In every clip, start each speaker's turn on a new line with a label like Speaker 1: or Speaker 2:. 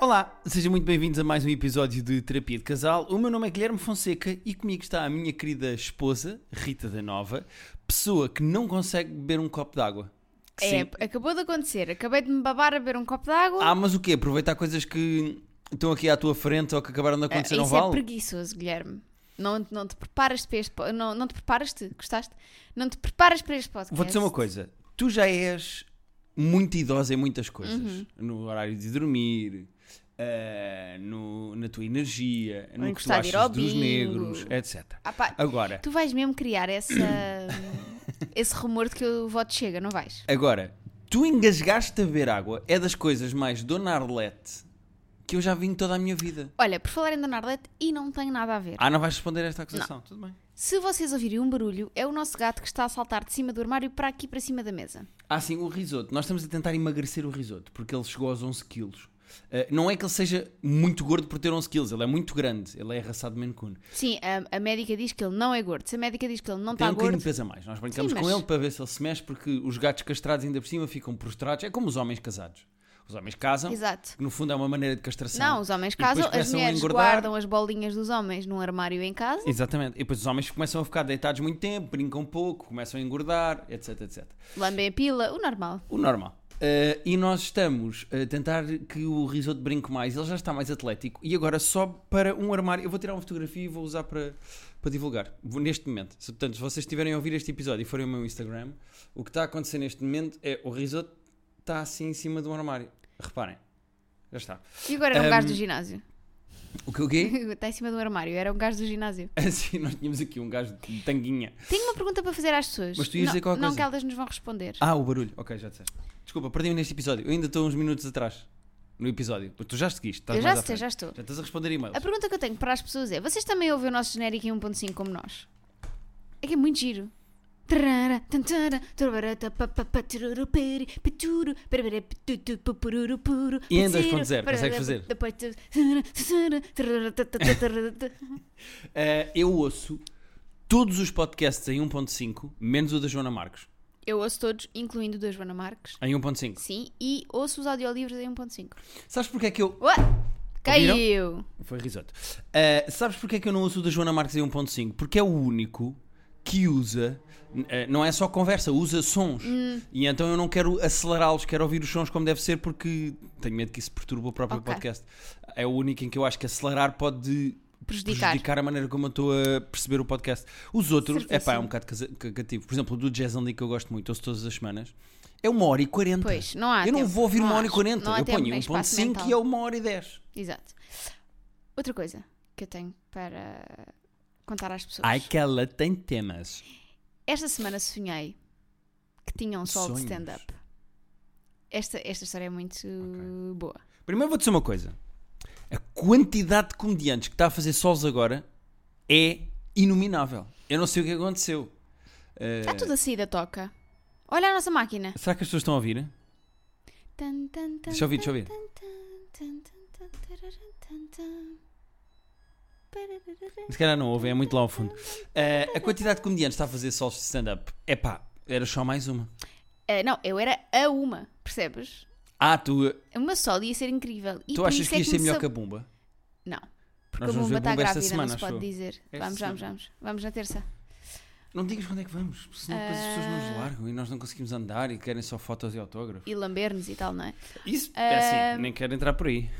Speaker 1: Olá, sejam muito bem-vindos a mais um episódio de Terapia de Casal. O meu nome é Guilherme Fonseca e comigo está a minha querida esposa, Rita da Nova, pessoa que não consegue beber um copo de água. Que
Speaker 2: É, acabou de acontecer. Acabei de me babar a beber um copo de água.
Speaker 1: Ah, mas o quê? Aproveitar coisas que estão aqui à tua frente ou que acabaram de
Speaker 2: Ah,
Speaker 1: acontecer, não
Speaker 2: Isso é
Speaker 1: vale?
Speaker 2: preguiçoso, Guilherme. Não, não te preparas para este po- não, não te preparas te gostaste? Não te preparas para este podcast.
Speaker 1: Vou-te dizer uma coisa. Tu já és muito idosa em muitas coisas.
Speaker 2: Uhum.
Speaker 1: No horário de dormir, ah, no- na tua energia, no que tu
Speaker 2: gostar de ir
Speaker 1: achas
Speaker 2: ao
Speaker 1: dos
Speaker 2: bingo.
Speaker 1: negros, etc.
Speaker 2: Ah pá,
Speaker 1: Agora...
Speaker 2: tu vais mesmo criar essa, esse rumor de que o voto chega, não vais?
Speaker 1: Agora, tu engasgaste a beber água é das coisas mais Dona Arlete que eu já vi em toda a minha vida.
Speaker 2: Olha, por falar em Dona Arlete, e não tem nada a ver.
Speaker 1: Ah, não vais responder a esta acusação. Tudo bem.
Speaker 2: Se vocês ouvirem um barulho, é o nosso gato que está a saltar de cima do armário para aqui para cima da mesa.
Speaker 1: Ah, sim, o risoto. Nós estamos a tentar emagrecer o risoto porque ele chegou aos 11 quilos. Ah, não é que ele seja muito gordo por ter 11 quilos, ele é muito grande, ele é arraçado de Maine Coon.
Speaker 2: Sim, a, a médica diz que ele não é gordo. Se a médica diz que ele não
Speaker 1: Tem
Speaker 2: está
Speaker 1: um bocadinho de
Speaker 2: tá gordo,
Speaker 1: peso a mais. Nós brincamos
Speaker 2: Sim,
Speaker 1: com
Speaker 2: mas-
Speaker 1: ele para ver se ele se mexe, porque os gatos castrados ainda por cima ficam prostrados. É como os homens casados. Os homens casam,
Speaker 2: exato.
Speaker 1: que no fundo é uma maneira de castração.
Speaker 2: Não, os homens
Speaker 1: E depois
Speaker 2: casam, as
Speaker 1: começam a
Speaker 2: mulheres
Speaker 1: engordar.
Speaker 2: guardam as bolinhas dos homens num armário em casa.
Speaker 1: Exatamente. E depois os homens começam a ficar deitados muito tempo, brincam pouco, começam a engordar, etc, etc.
Speaker 2: Lambem a pila, o normal.
Speaker 1: O normal. Ah, e nós estamos a tentar que o risoto brinque mais. Ele já está mais atlético e agora sobe para um armário. Eu vou tirar uma fotografia e vou usar para, para divulgar. Vou- neste momento. Se, portanto, se vocês estiverem a ouvir este episódio e forem ao meu Instagram, o que está a acontecer neste momento é o risoto está assim em cima de um armário. Reparem. Já está.
Speaker 2: E agora era um
Speaker 1: Um,
Speaker 2: gajo do ginásio.
Speaker 1: O que o quê?
Speaker 2: Está em cima do armário, era um gajo do ginásio.
Speaker 1: Assim, nós tínhamos aqui um gajo de tanguinha.
Speaker 2: Tenho uma pergunta para fazer às pessoas.
Speaker 1: Mas tu ias
Speaker 2: não,
Speaker 1: dizer qualquer
Speaker 2: não
Speaker 1: coisa.
Speaker 2: que elas nos vão responder.
Speaker 1: Ah, o barulho. Ok, já disseste. Desculpa, perdi-me neste episódio. Eu ainda estou uns minutos atrás no episódio. Porque tu já seguiste. estás
Speaker 2: eu já
Speaker 1: mais à
Speaker 2: sei,
Speaker 1: frente.
Speaker 2: já estou.
Speaker 1: Já estás a responder e-mails.
Speaker 2: A pergunta que eu tenho para as pessoas é: vocês também ouvem o nosso genérico em 1.5 como nós? É que é muito giro. Tarara, tantara, tarbarata, papapá, tururu, peri, peturu, perere, petutu, pupururu, puru,
Speaker 1: E em 2.0,
Speaker 2: petsiro,
Speaker 1: consegues
Speaker 2: parará,
Speaker 1: fazer?
Speaker 2: depois tu- tarara, tarara, tarara, tarara, tarara.
Speaker 1: Eh, eu ouço todos os podcasts em 1.5, menos o da Joana Marcos.
Speaker 2: Eu ouço todos, incluindo o da Joana Marques.
Speaker 1: Em 1.5.
Speaker 2: Sim, e ouço os audiolivros em 1.5.
Speaker 1: Sabes porque é que eu.
Speaker 2: Ué, Caiu!
Speaker 1: Foi risoto. Eh, sabes porque é que eu não ouço o da Joana Marques em 1.5? Porque é o único que usa. eh, não é só conversa, usa sons.
Speaker 2: Hum.
Speaker 1: E então eu não quero acelerá-los, quero ouvir os sons como deve ser, porque tenho medo que isso perturbe o próprio
Speaker 2: Ok.
Speaker 1: podcast. É o único em que eu acho que acelerar pode
Speaker 2: Prejudicar.
Speaker 1: a maneira como eu estou a perceber o podcast. Os outros, é
Speaker 2: Certíssimo.
Speaker 1: pá, é um bocado casa- ca- cativo. Por exemplo, o do Jazz Only que eu gosto muito, ouço todas as semanas, é uma hora e quarenta.
Speaker 2: Pois, não há
Speaker 1: Eu não
Speaker 2: tempo,
Speaker 1: vou ouvir
Speaker 2: não
Speaker 1: uma
Speaker 2: há-
Speaker 1: hora e quarenta,
Speaker 2: não há
Speaker 1: eu
Speaker 2: tempo,
Speaker 1: ponho
Speaker 2: nem espaço
Speaker 1: 1.5
Speaker 2: mental.
Speaker 1: e é uma hora e dez.
Speaker 2: Exato. Outra coisa que eu tenho para contar às pessoas.
Speaker 1: Ai que ela tem temas.
Speaker 2: Esta semana sonhei que tinha um sol de
Speaker 1: Sonhos.
Speaker 2: stand-up. Esta, esta história é muito boa.
Speaker 1: Primeiro vou dizer uma coisa. A quantidade de comediantes que está a fazer solos agora é inominável. Eu não sei o que aconteceu. Eh,
Speaker 2: Está Tá tudo a sair da toca. Olha a nossa máquina.
Speaker 1: Será que as pessoas estão a ouvir?
Speaker 2: Tan, tan, tan,
Speaker 1: Deixa eu ouvir, deixa eu ouvir.
Speaker 2: tan, tan, tan, tan, tarará, tan, tan. Pararará.
Speaker 1: Se calhar não ouvem, é muito lá ao fundo. Eh, a quantidade de comediantes que está a fazer solos de stand-up é pá, era só mais uma.
Speaker 2: Ah, não, eu era a uma, percebes?
Speaker 1: Ah, tu,
Speaker 2: Uma só ia ser incrível. E
Speaker 1: tu
Speaker 2: por
Speaker 1: achas
Speaker 2: isso
Speaker 1: que
Speaker 2: é
Speaker 1: ias ser
Speaker 2: me
Speaker 1: melhor
Speaker 2: sab-
Speaker 1: que a Bumba?
Speaker 2: Não, porque
Speaker 1: Nós
Speaker 2: a
Speaker 1: vamos ver
Speaker 2: Bumba está
Speaker 1: Bumba esta
Speaker 2: grávida,
Speaker 1: semana,
Speaker 2: não se
Speaker 1: acho
Speaker 2: pode
Speaker 1: eu.
Speaker 2: dizer.
Speaker 1: Esta
Speaker 2: vamos, vamos,
Speaker 1: semana.
Speaker 2: vamos. Vamos na terça.
Speaker 1: Não digas quando é que vamos, porque senão depois as pessoas não nos
Speaker 2: Ah.
Speaker 1: largam e nós não conseguimos andar e querem só fotos e autógrafos.
Speaker 2: E lamber-nos e tal, não é?
Speaker 1: Isso é
Speaker 2: Ah.
Speaker 1: assim, nem quero entrar por aí.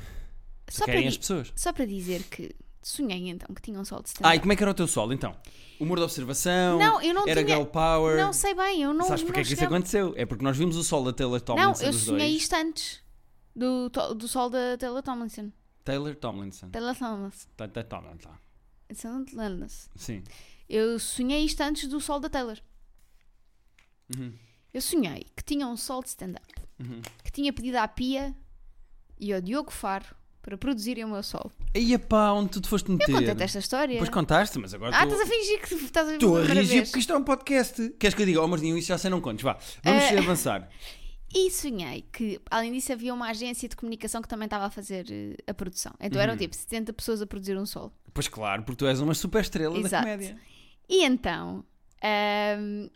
Speaker 2: Só para,
Speaker 1: Querem as
Speaker 2: di-
Speaker 1: pessoas.
Speaker 2: só para dizer que sonhei então que tinha um sol de stand
Speaker 1: Ah, e como é que era o teu solo então? Humor de observação?
Speaker 2: Não, eu não
Speaker 1: era
Speaker 2: tinha-
Speaker 1: girl power?
Speaker 2: Não sei bem, eu não.
Speaker 1: Sabes porque
Speaker 2: não
Speaker 1: é que isso
Speaker 2: chegava-
Speaker 1: aconteceu? É porque nós vimos o solo da Taylor
Speaker 2: Não,
Speaker 1: Tomlinson
Speaker 2: eu
Speaker 1: dos
Speaker 2: sonhei
Speaker 1: dois.
Speaker 2: isto antes do, to- do sol da Taylor Tomlinson.
Speaker 1: Taylor Tomlinson.
Speaker 2: Taylor Tomlinson.
Speaker 1: Tá, tá, tá, tá.
Speaker 2: Taylor Tomlinson.
Speaker 1: Sim.
Speaker 2: Eu sonhei isto antes do sol da Taylor.
Speaker 1: Uhum.
Speaker 2: Eu sonhei que tinha um sol de stand-up. Que tinha pedido à Pia e ao Diogo Faro para produzirem o meu sol.
Speaker 1: E pá, onde tu te foste meter?
Speaker 2: Eu contei esta história.
Speaker 1: Depois contaste, mas agora
Speaker 2: Ah,
Speaker 1: tô-
Speaker 2: estás a fingir que estás a ver
Speaker 1: Estou
Speaker 2: pela
Speaker 1: a
Speaker 2: primeira
Speaker 1: reagir
Speaker 2: vez.
Speaker 1: porque isto é um podcast. Queres que eu diga, ó oh, Martinho, isso já sei, não contes. Vá, vamos
Speaker 2: Eh.
Speaker 1: avançar.
Speaker 2: E sonhei que, além disso, havia uma agência de comunicação que também estava a fazer eh, a produção. Então
Speaker 1: Uhum.
Speaker 2: eram tipo 70 pessoas a produzir um sol.
Speaker 1: Pois claro, porque tu és uma super estrela da
Speaker 2: Exato.
Speaker 1: comédia.
Speaker 2: E então, ahm,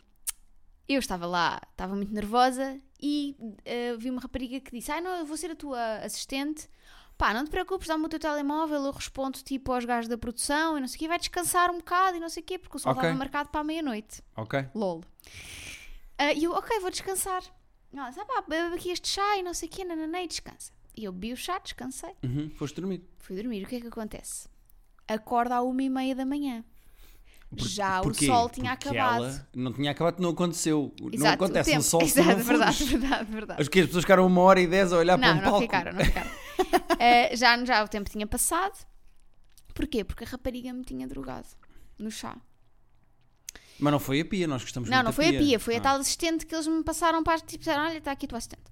Speaker 2: eu estava lá, estava muito nervosa e ah, vi uma rapariga que disse: Ai, não, eu vou ser a tua assistente pá, não te preocupes, dá-me o teu telemóvel, eu respondo tipo aos gajos da produção e não sei o quê, vai descansar um bocado e não sei o quê, porque o sol
Speaker 1: Ok.
Speaker 2: estava marcado para a meia-noite.
Speaker 1: Ok.
Speaker 2: LOL. Ah, E eu, ok, vou descansar. Ela disse, ah pá, bebe aqui este chá e não sei o quê, nananã, e descansa. E eu bebi o chá, descansei,
Speaker 1: Uhum. Foste dormir.
Speaker 2: fui dormir. O que é que acontece? Acorda à uma e meia da manhã. Já
Speaker 1: Porquê?
Speaker 2: o sol tinha
Speaker 1: Porque
Speaker 2: acabado.
Speaker 1: Ela não tinha acabado, não aconteceu. não
Speaker 2: Exato,
Speaker 1: acontece,
Speaker 2: o
Speaker 1: um
Speaker 2: tempo.
Speaker 1: sol se
Speaker 2: Exato, é
Speaker 1: não
Speaker 2: verdade,
Speaker 1: verdade.
Speaker 2: verdade, verdade.
Speaker 1: Acho que as pessoas ficaram uma hora e dez a olhar para
Speaker 2: Tá. Não,
Speaker 1: um
Speaker 2: não
Speaker 1: palco.
Speaker 2: ficaram, não ficaram. Eh, já, já o tempo tinha passado. Porquê? Porque a rapariga me tinha drogado no chá.
Speaker 1: Mas não foi a pia, nós gostamos
Speaker 2: Não,
Speaker 1: muito
Speaker 2: não
Speaker 1: da
Speaker 2: foi a pia, foi
Speaker 1: Ah.
Speaker 2: a tal assistente que eles me passaram para tipo, disseram, olha, está aqui a tua assistente.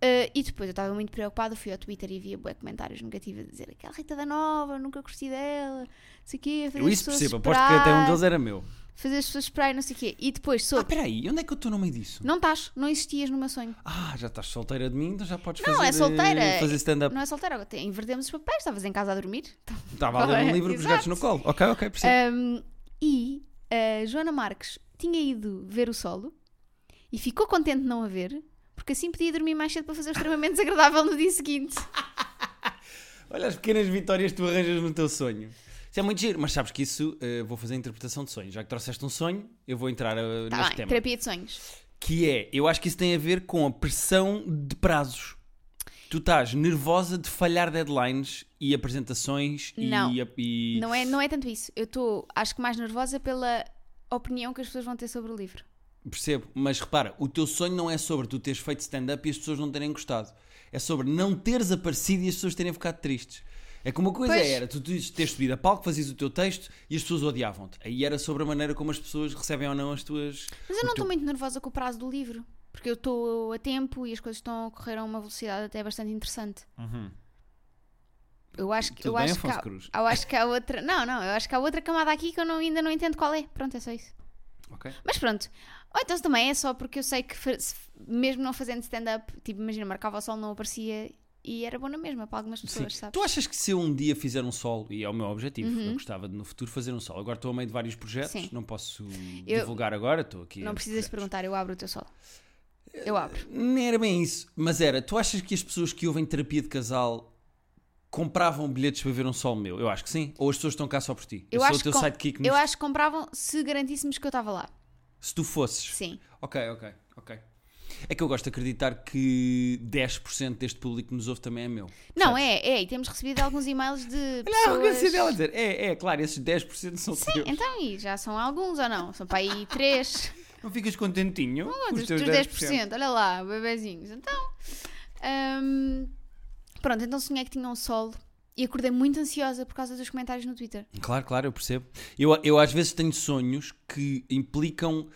Speaker 2: Eh, e depois eu estava muito preocupada, fui ao Twitter e via bué comentários negativos a dizer aquela Rita da Nova, eu nunca gostei dela, não sei o quê, fazer
Speaker 1: Eu
Speaker 2: as
Speaker 1: isso
Speaker 2: pessoas
Speaker 1: percebo, aposto
Speaker 2: esperar,
Speaker 1: que até um deles era meu.
Speaker 2: fazer as pessoas esperar e não sei o quê. E depois
Speaker 1: Ah,
Speaker 2: soube,
Speaker 1: peraí, onde é que eu estou no meio disso?
Speaker 2: não estás, não existias no meu sonho.
Speaker 1: Ah, já estás solteira de mim, então já podes
Speaker 2: Não,
Speaker 1: fazer,
Speaker 2: é solteira.
Speaker 1: eh, fazer stand-up.
Speaker 2: Não é solteira, agora te- invertemos os papéis, estavas em casa a dormir.
Speaker 1: Estava a ler um
Speaker 2: É,
Speaker 1: livro com os gatos no colo. Ok, ok, percebo.
Speaker 2: Um, e a Joana Marques tinha ido ver o solo e ficou contente de não a ver, porque assim podia dormir mais cedo para fazer o extremamente desagradável no dia seguinte.
Speaker 1: Olha as pequenas vitórias que tu arranjas no teu sonho. Isso é muito giro, mas sabes que isso eh, vou fazer a interpretação de sonhos. Já que trouxeste um sonho, eu vou entrar eh,
Speaker 2: Tá
Speaker 1: neste
Speaker 2: bem,
Speaker 1: tema.
Speaker 2: terapia de sonhos.
Speaker 1: Que é, eu acho que isso tem a ver com a pressão de prazos. Tu estás nervosa de falhar deadlines e apresentações
Speaker 2: Não.
Speaker 1: e. e-
Speaker 2: Não é, não é tanto isso. Eu estou, acho que, mais nervosa pela opinião que as pessoas vão ter sobre o livro.
Speaker 1: Percebo, mas repara, o teu sonho não é sobre tu teres feito stand-up e as pessoas não terem gostado. É sobre não teres aparecido e as pessoas terem ficado tristes. É que uma coisa
Speaker 2: Pois.
Speaker 1: era tu teres teres subido a palco, fazias o teu texto e as pessoas odiavam-te. Aí era sobre a maneira como as pessoas recebem ou não as tuas.
Speaker 2: Mas eu
Speaker 1: o
Speaker 2: não
Speaker 1: teu-
Speaker 2: estou muito nervosa com o prazo do livro, porque eu estou a tempo e as coisas estão a correr a uma velocidade até bastante interessante. Eu acho que
Speaker 1: Uhum. Tudo
Speaker 2: eu
Speaker 1: bem,
Speaker 2: acho
Speaker 1: Afonso
Speaker 2: que há,
Speaker 1: Cruz?
Speaker 2: eu acho que há outra, não, não, eu acho que há outra camada aqui que eu não- ainda não entendo qual é. Pronto, é só isso.
Speaker 1: Ok.
Speaker 2: Mas pronto. Ou então também é só porque eu sei que fa- se- mesmo não fazendo stand-up, tipo, imagina, marcava o sol, não aparecia e era bom na mesma para algumas
Speaker 1: Sim.
Speaker 2: pessoas, sabes? Uhum.
Speaker 1: Tu achas que se eu um dia fizer um solo, e é o meu objetivo, eu gostava de no futuro fazer um solo. Agora estou a meio de vários projetos,
Speaker 2: Sim.
Speaker 1: não posso
Speaker 2: Eu-
Speaker 1: divulgar agora, estou aqui.
Speaker 2: Não
Speaker 1: a-
Speaker 2: precisas de perguntar, eu abro o teu sol.
Speaker 1: Eh,
Speaker 2: Eu abro.
Speaker 1: Não era bem isso, mas era, tu achas que as pessoas que ouvem terapia de casal compravam bilhetes para ver um sol meu? Eu acho que sim. Ou as pessoas estão cá só por ti? Eu,
Speaker 2: Eu
Speaker 1: sou
Speaker 2: acho
Speaker 1: o teu
Speaker 2: que com-
Speaker 1: sidekick
Speaker 2: Eu
Speaker 1: nisto.
Speaker 2: acho que compravam se garantíssemos que eu estava lá.
Speaker 1: Se tu fosses.
Speaker 2: Sim.
Speaker 1: Ok, ok, ok. É que eu gosto de acreditar que 10% deste público que nos ouve também é meu.
Speaker 2: Não, é, é, e temos recebido alguns e-mails de
Speaker 1: Não, eu
Speaker 2: pessoas...
Speaker 1: conheci dela a dizer, é, é, claro, esses 10% são
Speaker 2: Sim,
Speaker 1: teus.
Speaker 2: então, e já são alguns ou não? São para aí três.
Speaker 1: Não ficas contentinho? com os
Speaker 2: Dos
Speaker 1: teus
Speaker 2: 10%. olha lá, bebezinhos. Então, hum, pronto, então sonhei que tinha um solo e acordei muito ansiosa por causa dos comentários no Twitter.
Speaker 1: Claro, claro, eu percebo. Eu, eu às vezes tenho sonhos que implicam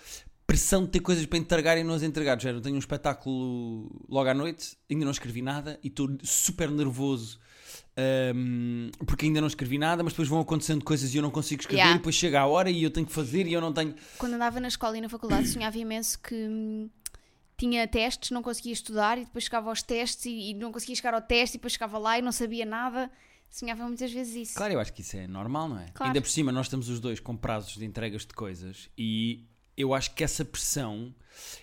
Speaker 1: pressão de ter coisas para entregar e não as entregar. Já eu tenho um espetáculo logo à noite, ainda não escrevi nada e estou super nervoso. hum, porque ainda não escrevi nada, mas depois vão acontecendo coisas e eu não consigo escrever.
Speaker 2: Yeah.
Speaker 1: E depois chega a hora e eu tenho que fazer e eu não tenho.
Speaker 2: Quando andava na escola e na faculdade, sonhava imenso que hum, tinha testes, não conseguia estudar e depois chegava aos testes e, e não conseguia chegar ao teste e depois chegava lá e não sabia nada. Sonhava muitas vezes isso.
Speaker 1: Claro, eu acho que isso é normal, não é?
Speaker 2: Claro.
Speaker 1: Ainda por cima, nós estamos os dois com prazos de entregas de coisas e eu acho que essa pressão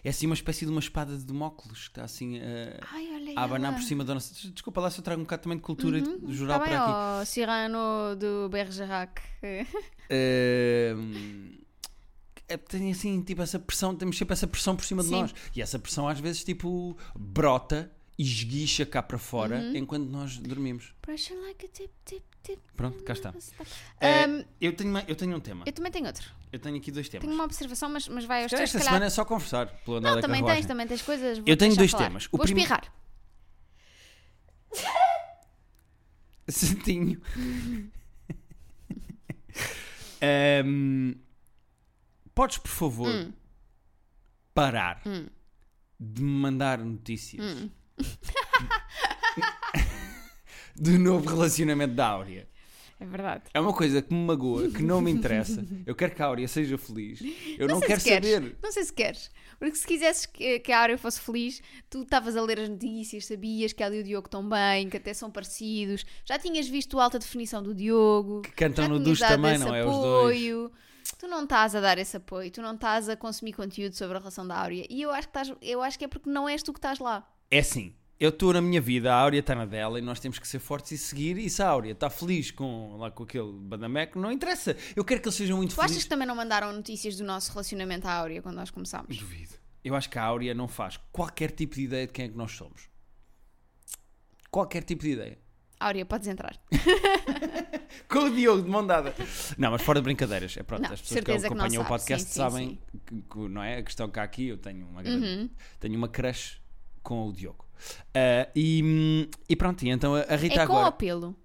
Speaker 1: é assim uma espécie de uma espada de Damocles que está assim a-
Speaker 2: Ai, olha
Speaker 1: a abanar
Speaker 2: ela.
Speaker 1: por cima da nossa. Des- Desculpa lá se eu trago um bocado também de cultura
Speaker 2: Está
Speaker 1: geral
Speaker 2: Uhum. Tá bem,
Speaker 1: para aqui.
Speaker 2: ó, Cyrano do Bergerac.
Speaker 1: Ehm, é, tem assim, tipo, essa pressão, temos sempre essa pressão por cima de
Speaker 2: Sim.
Speaker 1: nós. E essa pressão às vezes, tipo, brota e esguicha cá para fora
Speaker 2: Uhum.
Speaker 1: enquanto nós dormimos.
Speaker 2: Pressure like a tip, tip, tip.
Speaker 1: Pronto, cá está. Eh,
Speaker 2: Hum,
Speaker 1: eu, tenho uma- eu tenho um tema.
Speaker 2: Ah, eu também tenho outro.
Speaker 1: Eu tenho aqui dois temas.
Speaker 2: Tenho uma observação, mas, mas vai aos
Speaker 1: Se calhar
Speaker 2: teus,
Speaker 1: Esta
Speaker 2: se calhar.
Speaker 1: semana é só conversar pelo andar
Speaker 2: Não,
Speaker 1: da
Speaker 2: também
Speaker 1: carruagem.
Speaker 2: tens, também tens coisas. vou
Speaker 1: Eu tenho
Speaker 2: deixar
Speaker 1: dois
Speaker 2: falar.
Speaker 1: temas. O
Speaker 2: Vou
Speaker 1: prim-
Speaker 2: espirrar.
Speaker 1: Santinho. Ahm, podes, por favor,
Speaker 2: Hum.
Speaker 1: parar de me mandar notícias
Speaker 2: Hum.
Speaker 1: do novo relacionamento da Áurea?
Speaker 2: É verdade.
Speaker 1: É uma coisa que me magoa, que não me interessa. Eu quero que a Áurea seja feliz. Eu não,
Speaker 2: sei
Speaker 1: quero
Speaker 2: se queres.
Speaker 1: saber.
Speaker 2: Não sei se queres. Porque se quisesses que, que a Áurea fosse feliz, tu estavas a ler as notícias, sabias que ela e o Diogo estão bem, que até são parecidos. Já tinhas visto a alta definição do Diogo. Que
Speaker 1: cantam
Speaker 2: já
Speaker 1: Então no
Speaker 2: tinhas
Speaker 1: duche
Speaker 2: dado
Speaker 1: também,
Speaker 2: esse
Speaker 1: não é? Os
Speaker 2: apoio. Tu não estás a dar esse apoio, tu não estás a consumir conteúdo sobre a relação da Áurea. E eu acho que, estás, eu acho que é porque não és tu que estás lá.
Speaker 1: É assim, eu estou na minha vida, a Áurea está na dela e nós temos que ser fortes e seguir. E se a Áurea está feliz com, lá com aquele badameco, não interessa. Eu quero que eles sejam muito
Speaker 2: Tu achas
Speaker 1: felizes.
Speaker 2: que também não mandaram notícias do nosso relacionamento à Áurea quando nós começámos?
Speaker 1: Duvido. Eu acho que a Áurea não faz qualquer tipo de ideia de quem é que nós somos. Qualquer tipo de ideia.
Speaker 2: Áurea, podes entrar.
Speaker 1: Com o Diogo de mão dada. Não, mas fora de brincadeiras. É pronto,
Speaker 2: Não,
Speaker 1: as pessoas que
Speaker 2: certeza que não
Speaker 1: acompanham o
Speaker 2: sabe.
Speaker 1: podcast
Speaker 2: Sim, Uhum. sim,
Speaker 1: sabem Que, que, não é? A questão cá aqui, eu tenho uma, grande- tenho uma crush com o Diogo. Ah, e, hum, e pronto, e então a a Rita
Speaker 2: é com
Speaker 1: agora.
Speaker 2: ou pelo?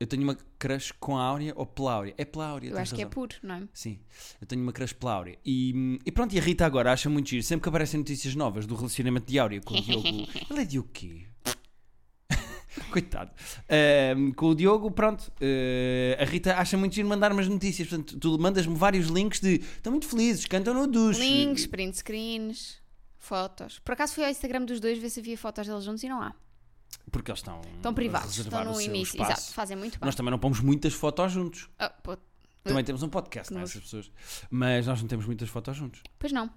Speaker 1: Eu tenho uma crush com a Áurea ou pela Áurea? É pela Áurea,
Speaker 2: Eu
Speaker 1: tens
Speaker 2: acho que é
Speaker 1: razão.
Speaker 2: puro, não é?
Speaker 1: Sim, eu tenho uma crush pela Áurea. E, hum, e pronto, e a Rita agora acha muito giro. Sempre que aparecem notícias novas do relacionamento de Áurea com o Diogo. Ele é Diogo quê? Coitado. Ahm, com o Diogo, pronto. eh, a Rita acha muito giro mandar umas notícias. Portanto, tu mandas-me vários links de. Estão muito felizes, cantam no duche.
Speaker 2: Links, print screens, fotos. Por acaso fui ao Instagram dos dois ver se havia fotos deles juntos e não há.
Speaker 1: Porque eles estão.
Speaker 2: Estão
Speaker 1: a
Speaker 2: privados,
Speaker 1: Hum,
Speaker 2: estão
Speaker 1: reservar o
Speaker 2: no
Speaker 1: seu
Speaker 2: início.
Speaker 1: espaço.
Speaker 2: Exato, fazem muito bem.
Speaker 1: Nós também não pomos muitas fotos juntos.
Speaker 2: Ah, pô,
Speaker 1: Também temos um podcast, não é?
Speaker 2: nojo.
Speaker 1: Essas pessoas. Mas nós não temos muitas fotos juntos.
Speaker 2: pois não.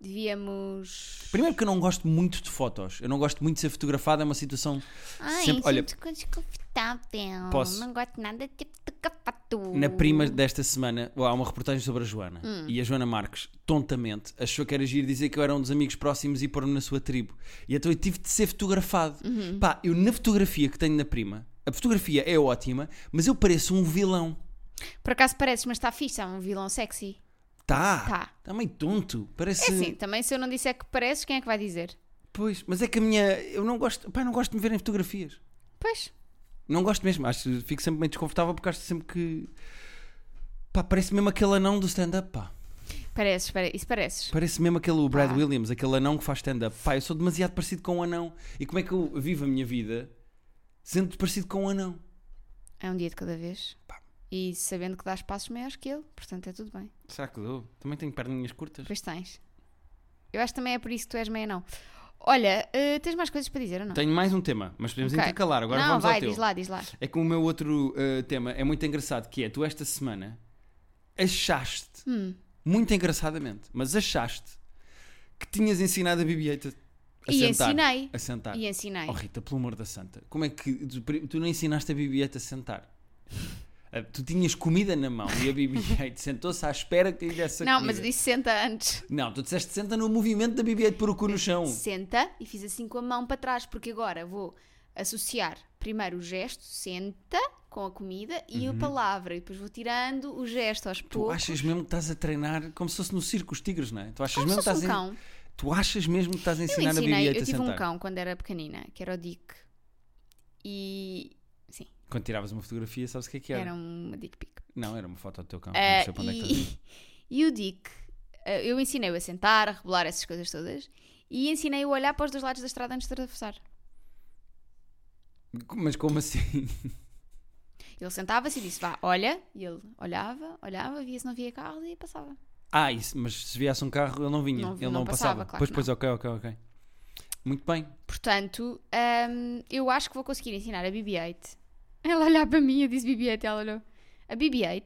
Speaker 2: Devíamos.
Speaker 1: Primeiro porque eu não gosto muito de fotos. Eu não gosto muito de ser fotografado, é uma situação.
Speaker 2: Ai,
Speaker 1: sempre- olha-
Speaker 2: sinto-me desconfortável.
Speaker 1: Posso?
Speaker 2: Não gosto nada tipo de capato.
Speaker 1: Na prima desta semana, há uma reportagem sobre a Joana.
Speaker 2: Hum.
Speaker 1: E a Joana Marques, tontamente, achou que era giro dizer que eu era um dos amigos próximos e pôr-me na sua tribo. E então eu tive de ser fotografado.
Speaker 2: Uhum.
Speaker 1: Pá, eu na fotografia que tenho na prima, a fotografia é ótima, mas eu pareço um vilão.
Speaker 2: Por acaso pareces, mas está fixe, é um vilão sexy.
Speaker 1: Tá.
Speaker 2: Tá.
Speaker 1: Tá meio tonto.
Speaker 2: É
Speaker 1: Parece.
Speaker 2: assim, também se eu não disser que pareces, quem é que vai dizer?
Speaker 1: Pois, mas é que a minha. Eu não gosto. Pá, eu não gosto de me ver em fotografias.
Speaker 2: Pois,
Speaker 1: Não gosto mesmo, acho, fico sempre meio desconfortável porque acho sempre que. Pá, parece mesmo aquele anão do stand-up, pá.
Speaker 2: pareces, pare... isso pareces.
Speaker 1: Parece mesmo aquele o Brad
Speaker 2: Ah.
Speaker 1: Williams, aquele anão que faz stand-up. Pá, eu sou demasiado parecido com um anão. E como é que eu vivo a minha vida sendo parecido com um anão?
Speaker 2: É um dia de cada vez.
Speaker 1: Pá.
Speaker 2: E sabendo que dás passos maiores que ele, portanto é tudo bem.
Speaker 1: Será que dou? Também tenho perninhas curtas.
Speaker 2: Pois tens. Eu acho que também é por isso que tu és meia não. Olha, eh, tens mais coisas para dizer ou não?
Speaker 1: Tenho mais um tema, mas podemos
Speaker 2: Ok.
Speaker 1: intercalar. Agora
Speaker 2: não,
Speaker 1: vamos
Speaker 2: vai,
Speaker 1: ao teu.
Speaker 2: diz lá, diz lá.
Speaker 1: É que o meu outro uh, tema é muito engraçado, que é tu esta semana achaste,
Speaker 2: Hum.
Speaker 1: muito engraçadamente, mas achaste que tinhas ensinado a BB-8 a
Speaker 2: E
Speaker 1: sentar.
Speaker 2: ensinei.
Speaker 1: A sentar.
Speaker 2: E ensinei.
Speaker 1: Oh Rita, pelo amor da santa, como é que tu, tu não ensinaste a BB-8 a sentar? Ah, Tu tinhas comida na mão e a BB-8 sentou-se à espera que lhe desse a
Speaker 2: não,
Speaker 1: comida.
Speaker 2: mas eu disse senta antes.
Speaker 1: Não, tu disseste senta no movimento da BB-8 por o cu no chão.
Speaker 2: Senta e fiz assim com a mão para trás, porque agora vou associar primeiro o gesto, senta, com a comida e a palavra. E depois vou tirando o gesto aos
Speaker 1: Uhum. Tu
Speaker 2: poucos.
Speaker 1: achas mesmo que estás a treinar como se fosse no circo os tigres, não é? Tu achas
Speaker 2: Como se
Speaker 1: mesmo que
Speaker 2: fosse
Speaker 1: estás
Speaker 2: um
Speaker 1: a-
Speaker 2: cão.
Speaker 1: Tu achas mesmo que estás a
Speaker 2: Eu
Speaker 1: ensinar a
Speaker 2: ensinei,
Speaker 1: BB-8
Speaker 2: eu
Speaker 1: a
Speaker 2: tive
Speaker 1: sentar?
Speaker 2: um cão quando era pequenina, que era o Dick. E. Sim,
Speaker 1: Quando tiravas uma fotografia, sabes o que é que era?
Speaker 2: era uma dick pic.
Speaker 1: Não, era uma foto do teu cão.
Speaker 2: Ah,
Speaker 1: não sei para onde é que estás.
Speaker 2: e, e o Dick, ah, eu ensinei-o a sentar, a rebolar essas coisas todas e ensinei-o a olhar para os dois lados da estrada antes de atravessar.
Speaker 1: Mas como assim?
Speaker 2: Ele sentava-se e disse, vá, olha, e ele olhava, olhava, via se não via carros e passava.
Speaker 1: Ah, isso, mas se viesse um carro, ele não vinha.
Speaker 2: Não-
Speaker 1: ele não,
Speaker 2: não Tá,
Speaker 1: passava.
Speaker 2: passava, claro
Speaker 1: pois,
Speaker 2: que
Speaker 1: pois, ok, ok, ok. Muito bem.
Speaker 2: Portanto, ahm, eu acho que vou conseguir ensinar a BB-8. Ela olhava para mim, eu disse BB-8 e ela olhou. A BB-8,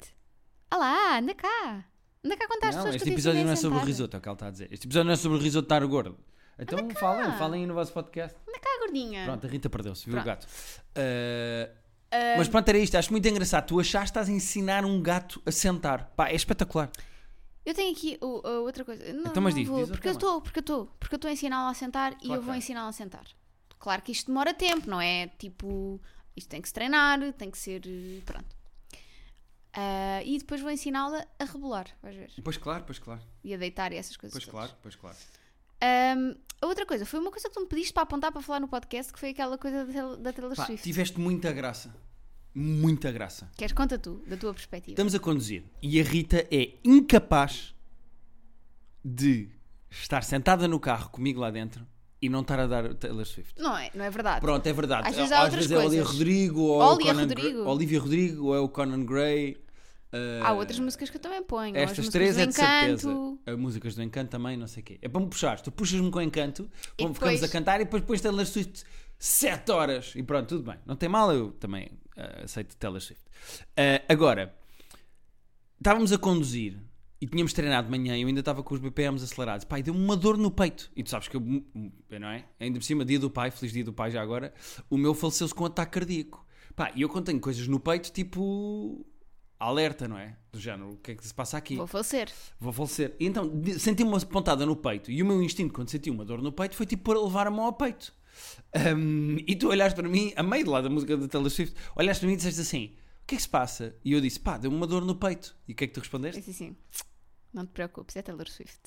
Speaker 2: olá, anda cá. Anda cá contar às
Speaker 1: Não,
Speaker 2: pessoas que
Speaker 1: este
Speaker 2: eu te
Speaker 1: episódio
Speaker 2: ensinei
Speaker 1: não
Speaker 2: a
Speaker 1: é sobre o
Speaker 2: sentar.
Speaker 1: risoto, é o que ela está a dizer. Este episódio não é sobre o risoto estar gordo. Então falem, falem aí no vosso podcast.
Speaker 2: Anda cá, "Ah, gordinha.
Speaker 1: Pronto, a Rita perdeu-se, viu o
Speaker 2: É. Pronto. Eh,
Speaker 1: gato? Ah, Mas pronto, era isto. Acho muito engraçado. Tu achaste que estás a ensinar um gato a sentar. Pá, é espetacular.
Speaker 2: Eu tenho aqui o- a outra coisa. Não,
Speaker 1: Então, mas
Speaker 2: não
Speaker 1: diz,
Speaker 2: vou,
Speaker 1: diz o
Speaker 2: porque eu
Speaker 1: tema.
Speaker 2: estou, porque eu estou, porque eu estou a ensiná-la a sentar e
Speaker 1: Claro
Speaker 2: eu
Speaker 1: que
Speaker 2: vou
Speaker 1: é.
Speaker 2: ensiná-la a sentar. Claro que isto demora tempo, não é? Tipo, isto tem que se treinar, tem que ser, eh, pronto. Ah, e depois vou ensiná-la a rebolar, vais ver.
Speaker 1: Pois claro, pois claro.
Speaker 2: E a deitar e essas coisas. todas.
Speaker 1: pois claro.
Speaker 2: Ahm, a outra coisa, foi uma coisa que tu me pediste para apontar para falar no podcast, que foi aquela coisa da, Taylor- da Taylor
Speaker 1: Pá,
Speaker 2: Swift.
Speaker 1: tiveste muita graça. Muita graça.
Speaker 2: Queres conta tu, da tua perspectiva?
Speaker 1: Estamos a conduzir e a Rita é incapaz de estar sentada no carro comigo lá dentro e não estar a dar Taylor Swift.
Speaker 2: Não é, não é verdade?
Speaker 1: Pronto, é verdade.
Speaker 2: Às vezes há outras
Speaker 1: é Olivia
Speaker 2: coisas.
Speaker 1: Rodrigo ou é o
Speaker 2: Olivia
Speaker 1: Conan
Speaker 2: Rodrigo.
Speaker 1: Gr- Olivia Rodrigo ou é o Conan Gray. eh,
Speaker 2: Há outras músicas que eu também ponho. ou as
Speaker 1: Estas
Speaker 2: músicas
Speaker 1: três
Speaker 2: do
Speaker 1: é de certeza.
Speaker 2: Encanto.
Speaker 1: A músicas do Encanto também, não sei o quê. É para me puxares. Tu puxas-me com Encanto, bom, ficamos
Speaker 2: depois-
Speaker 1: a cantar e depois pões Taylor Swift 7 horas. E pronto, tudo bem. Não tem mal, eu também eh, ah, aceito Taylor Swift. Ah, agora, estávamos Eh, a conduzir E tínhamos treinado de manhã e eu ainda estava com os BPMs acelerados. Pai, deu-me uma dor no peito. E tu sabes que eu, eu, não é? Ainda por cima, dia do pai, feliz dia do pai já agora, o meu faleceu-se com um ataque cardíaco. Pá, e eu contenho coisas no peito, tipo. alerta, não é? Do género, o que é que se passa aqui?
Speaker 2: Vou falecer.
Speaker 1: Vou falecer. E então, de- senti uma pontada no peito. E o meu instinto, quando senti uma dor no peito, foi tipo para levar a mão ao peito. Ahm, e tu olhaste para mim, a meio de lá da música da Taylor Swift, olhaste para mim e disseste assim: O que é que se passa? E eu disse: Pá, deu-me uma dor no peito. E o que é que tu
Speaker 2: Eu
Speaker 1: respondeste?
Speaker 2: disse assim: não te preocupes, é Taylor Swift.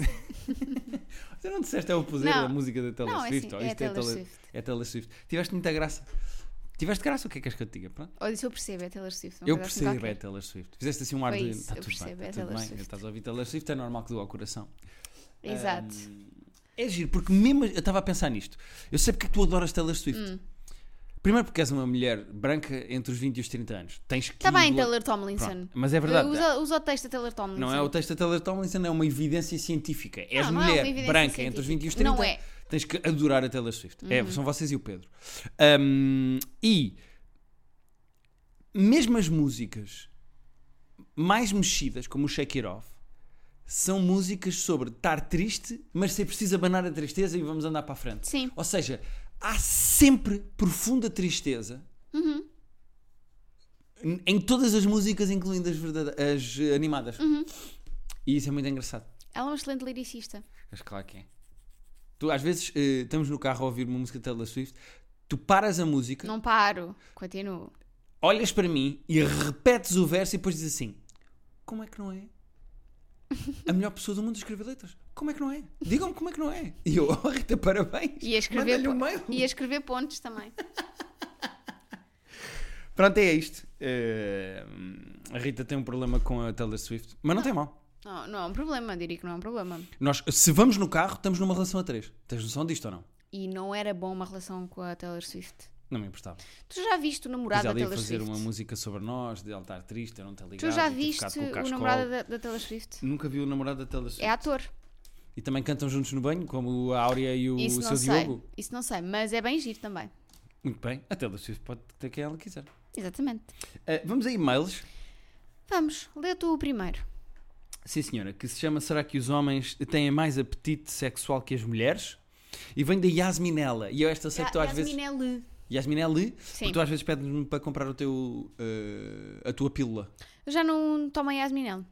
Speaker 1: Tu não disseste é o poder
Speaker 2: Não.
Speaker 1: da música da Taylor
Speaker 2: Não, é
Speaker 1: Swift?
Speaker 2: assim,
Speaker 1: ou
Speaker 2: é
Speaker 1: isto
Speaker 2: Taylor Swift.
Speaker 1: É Taylor Swift. Tiveste muita graça. Tiveste graça, o que é que és que eu te diga? Pronto.
Speaker 2: Ou disse: eu percebo, é Taylor Swift. uma
Speaker 1: Eu
Speaker 2: coisa assim
Speaker 1: percebo,
Speaker 2: qualquer.
Speaker 1: é Taylor Swift. Fizeste assim um ar
Speaker 2: Foi
Speaker 1: de.
Speaker 2: isso,
Speaker 1: Está
Speaker 2: eu
Speaker 1: tudo
Speaker 2: percebo, é
Speaker 1: bem, está tudo
Speaker 2: Taylor
Speaker 1: bem.
Speaker 2: Swift.
Speaker 1: Estás a ouvir Taylor Swift, é normal que doa ao coração.
Speaker 2: Exato.
Speaker 1: Ahm, é giro, porque mesmo. Eu estava a pensar nisto. Eu sei porque é que tu adoras Taylor Swift.
Speaker 2: Hum.
Speaker 1: Primeiro, porque és uma mulher branca entre os 20 e os 30 anos. Tens que.
Speaker 2: Está Tá bem,
Speaker 1: idol-
Speaker 2: Taylor Tomlinson.
Speaker 1: Pronto, Mas é verdade.
Speaker 2: Usa, usa o texto da Taylor Tomlinson.
Speaker 1: Não é o texto da Taylor Tomlinson, é uma evidência científica. És
Speaker 2: assim. não é uma
Speaker 1: mulher
Speaker 2: evidência
Speaker 1: branca entre os
Speaker 2: científica.
Speaker 1: 20 e os 30.
Speaker 2: Não é. Uhum.
Speaker 1: Tens que adorar a Taylor Swift. É, são vocês e o Pedro. Ahm, e mesmo as músicas mais mexidas, como o Shake It Off, são músicas sobre estar triste, mas ser preciso abanar a tristeza e vamos andar para a frente.
Speaker 2: Sim.
Speaker 1: Ou seja, há sempre profunda tristeza em- em todas as músicas, incluindo as, verdade- as eh, animadas. E isso é muito engraçado.
Speaker 2: Ela é um excelente lyricista.
Speaker 1: Mas claro que é. Tu, às vezes, eh, estamos no carro a ouvir uma música de Taylor Swift, tu paras a música,
Speaker 2: Não paro. Continuo.
Speaker 1: olhas para mim e repetes o verso e depois dizes assim: Como é que não é? A melhor pessoa do mundo a escrever letras. Como é que não é? Digam-me como é que não é. E eu, oh, Rita, parabéns.
Speaker 2: E a escrever,
Speaker 1: Manda-lhe um
Speaker 2: po-
Speaker 1: mail.
Speaker 2: e a escrever pontos também.
Speaker 1: Pronto, é isto. Eh, a Rita tem um problema com a Taylor Swift, mas não tem mal.
Speaker 2: Não, não é um problema, diria que não é um problema.
Speaker 1: Nós, se vamos no carro, estamos numa relação a três. Tens noção disto ou não?
Speaker 2: E não era bom uma relação com a Taylor Swift.
Speaker 1: Não me importava.
Speaker 2: Tu já viste o
Speaker 1: Mas
Speaker 2: namorado da
Speaker 1: ela ia
Speaker 2: Taylor
Speaker 1: fazer
Speaker 2: Swift?
Speaker 1: uma música sobre nós, de ela estar triste, eu não ter ligado.
Speaker 2: Tu já
Speaker 1: eu ter
Speaker 2: viste
Speaker 1: ficado com
Speaker 2: o
Speaker 1: cascol.
Speaker 2: namorado da, da Taylor Swift?
Speaker 1: Nunca vi o namorado da Taylor Swift.
Speaker 2: É ator.
Speaker 1: E também cantam juntos no banho, como a Áurea e o
Speaker 2: Isso
Speaker 1: seu
Speaker 2: não sei.
Speaker 1: Diogo.
Speaker 2: Isso não sei, mas é bem giro também.
Speaker 1: Muito bem, a Taylor Swift pode ter quem ela quiser.
Speaker 2: Exatamente.
Speaker 1: Eh, vamos a e-mails.
Speaker 2: Vamos, lê tu o primeiro.
Speaker 1: Sim, senhora, que se chama Será que os homens têm mais apetite sexual que as mulheres? E vem da Yasminella. E eu esta sei que tu às vezes.
Speaker 2: Yasmin L.
Speaker 1: Yasminelli,
Speaker 2: Sim.
Speaker 1: é porque tu às vezes pedes-me para comprar o teu, eh, a tua pílula.
Speaker 2: Eu Já não tomo a Yasmin L.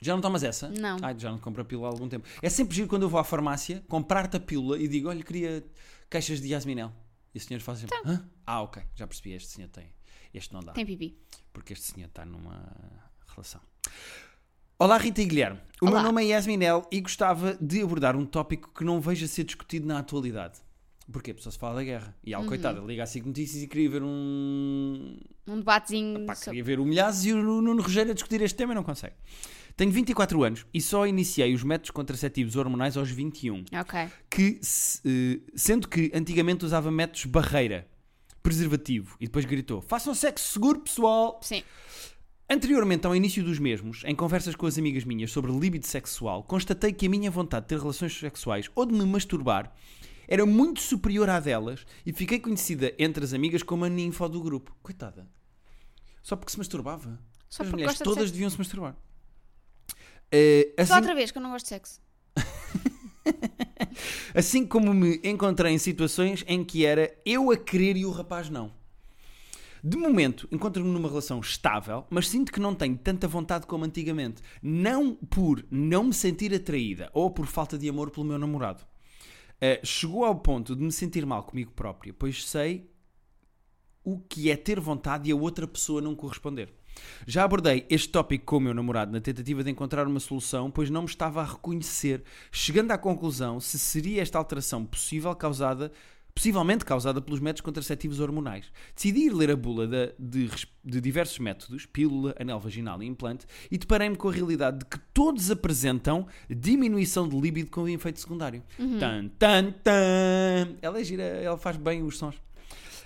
Speaker 1: Já não tomas essa?
Speaker 2: Não.
Speaker 1: Ai, já não compro a pílula há algum tempo. É sempre giro quando eu vou à farmácia comprar-te a pílula e digo, olha, queria caixas de Yasminel. E o senhor faz sempre, "Hã? ah, ok, já percebi, este senhor tem, este não dá,
Speaker 2: Então. Tem pipi.
Speaker 1: porque este senhor está numa relação. Olá Rita e Guilherme, o
Speaker 2: Olá.
Speaker 1: meu nome é Yasminel e gostava de abordar um tópico que não vejo a ser discutido na atualidade. Porquê? Porque só se fala da guerra. E
Speaker 2: Uhum.
Speaker 1: ela, coitada, liga a 5 notícias e queria ver um,
Speaker 2: Um debatezinho.
Speaker 1: Pá,
Speaker 2: sobre-
Speaker 1: queria ver o Milhazes e o Nuno Rogério a discutir este tema e não consegue. Tenho 24 anos e só iniciei os métodos contraceptivos hormonais aos 21,
Speaker 2: Ok.
Speaker 1: que, se- eh, sendo que antigamente usava métodos barreira, preservativo, e depois gritou: façam sexo seguro, pessoal!
Speaker 2: Sim.
Speaker 1: Anteriormente ao início dos mesmos, em conversas com as amigas minhas sobre libido sexual, constatei que a minha vontade de ter relações sexuais ou de me masturbar era muito superior à delas e fiquei conhecida entre as amigas como a ninfa do grupo. Coitada. Só porque se masturbava.
Speaker 2: Só
Speaker 1: as
Speaker 2: porque
Speaker 1: mulheres
Speaker 2: gosta de
Speaker 1: todas
Speaker 2: sexo.
Speaker 1: deviam se masturbar. Eh,
Speaker 2: Só
Speaker 1: assim,
Speaker 2: outra vez que eu não gosto de sexo.
Speaker 1: assim como me encontrei em situações em que era eu a querer e o rapaz não. De momento, encontro-me numa relação estável, mas sinto que não tenho tanta vontade como antigamente. Não por não me sentir atraída ou por falta de amor pelo meu namorado. Eh, chegou ao ponto de me sentir mal comigo própria, pois sei o que é ter vontade e a outra pessoa não corresponder. Já abordei este tópico com o meu namorado na tentativa de encontrar uma solução, pois não me estava a reconhecer, chegando à conclusão se seria esta alteração possível causada, possivelmente causada pelos métodos contraceptivos hormonais. Decidi ir ler a bula da- de, res- de diversos métodos, pílula, anel vaginal e implante, e deparei-me com a realidade de que todos apresentam diminuição de líbido com efeito secundário. Tan, tan, tan. Ela é gira, ela faz bem os sons.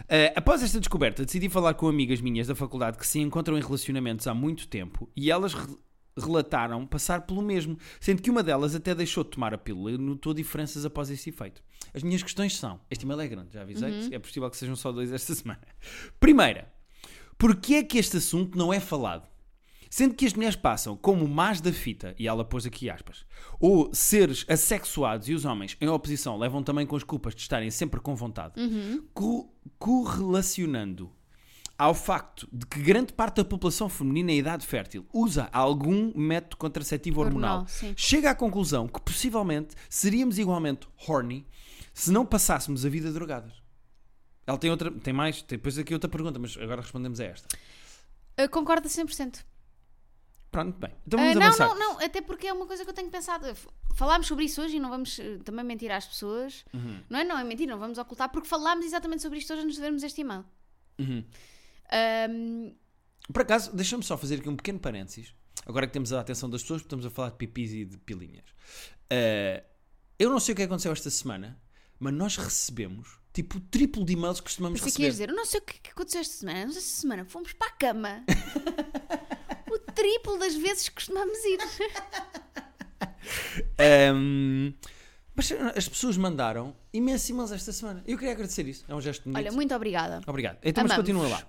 Speaker 1: Uh, após esta descoberta, decidi falar com amigas minhas da faculdade que se encontram em relacionamentos há muito tempo e elas re- relataram passar pelo mesmo, sendo que uma delas até deixou de tomar a pílula e notou diferenças após esse efeito. As minhas questões são: este e-mail é grande, já avisei, é possível que sejam só dois esta semana. Primeira, porquê é que este assunto não é falado? Sendo que as mulheres passam como más da fita, e ela pôs aqui aspas, ou seres assexuados e os homens em oposição levam também com as culpas de estarem sempre com vontade, co- correlacionando ao facto de que grande parte da população feminina em idade fértil usa algum método contraceptivo hormonal,
Speaker 2: Hormonal, sim.
Speaker 1: chega à conclusão que possivelmente seríamos igualmente horny se não passássemos a vida drogadas. Ela tem outra, tem mais, tem depois aqui outra pergunta, mas agora respondemos a esta.
Speaker 2: Eu concordo 100%.
Speaker 1: Pronto, bem. Então
Speaker 2: Ah,
Speaker 1: vamos
Speaker 2: não,
Speaker 1: avançar.
Speaker 2: não, não, até porque é uma coisa que eu tenho pensado. F- Falámos sobre isso hoje e não vamos eh, também mentir às pessoas.
Speaker 1: Uhum.
Speaker 2: Não é? Não é mentir, não vamos ocultar, porque falámos exatamente sobre isto hoje antes de vermos este e-mail.
Speaker 1: Uhum.
Speaker 2: Ahm,
Speaker 1: Por acaso, deixa-me só fazer aqui um pequeno parênteses. Agora que temos a atenção das pessoas, porque estamos a falar de pipis e de pilinhas. Eh, eu não sei o que aconteceu esta semana, mas nós recebemos tipo o triplo de e-mails que costumamos
Speaker 2: Pensei é que ias
Speaker 1: receber.
Speaker 2: dizer, eu não sei o que, que aconteceu esta semana, não sei se esta semana fomos para a cama. o triplo das vezes que costumamos ir.
Speaker 1: Ehm, mas as pessoas mandaram imensos e-mails esta semana. Eu queria agradecer isso. É um gesto bonito.
Speaker 2: Olha, muito obrigada.
Speaker 1: Obrigado. Então, mas
Speaker 2: Amamos.
Speaker 1: continua lá.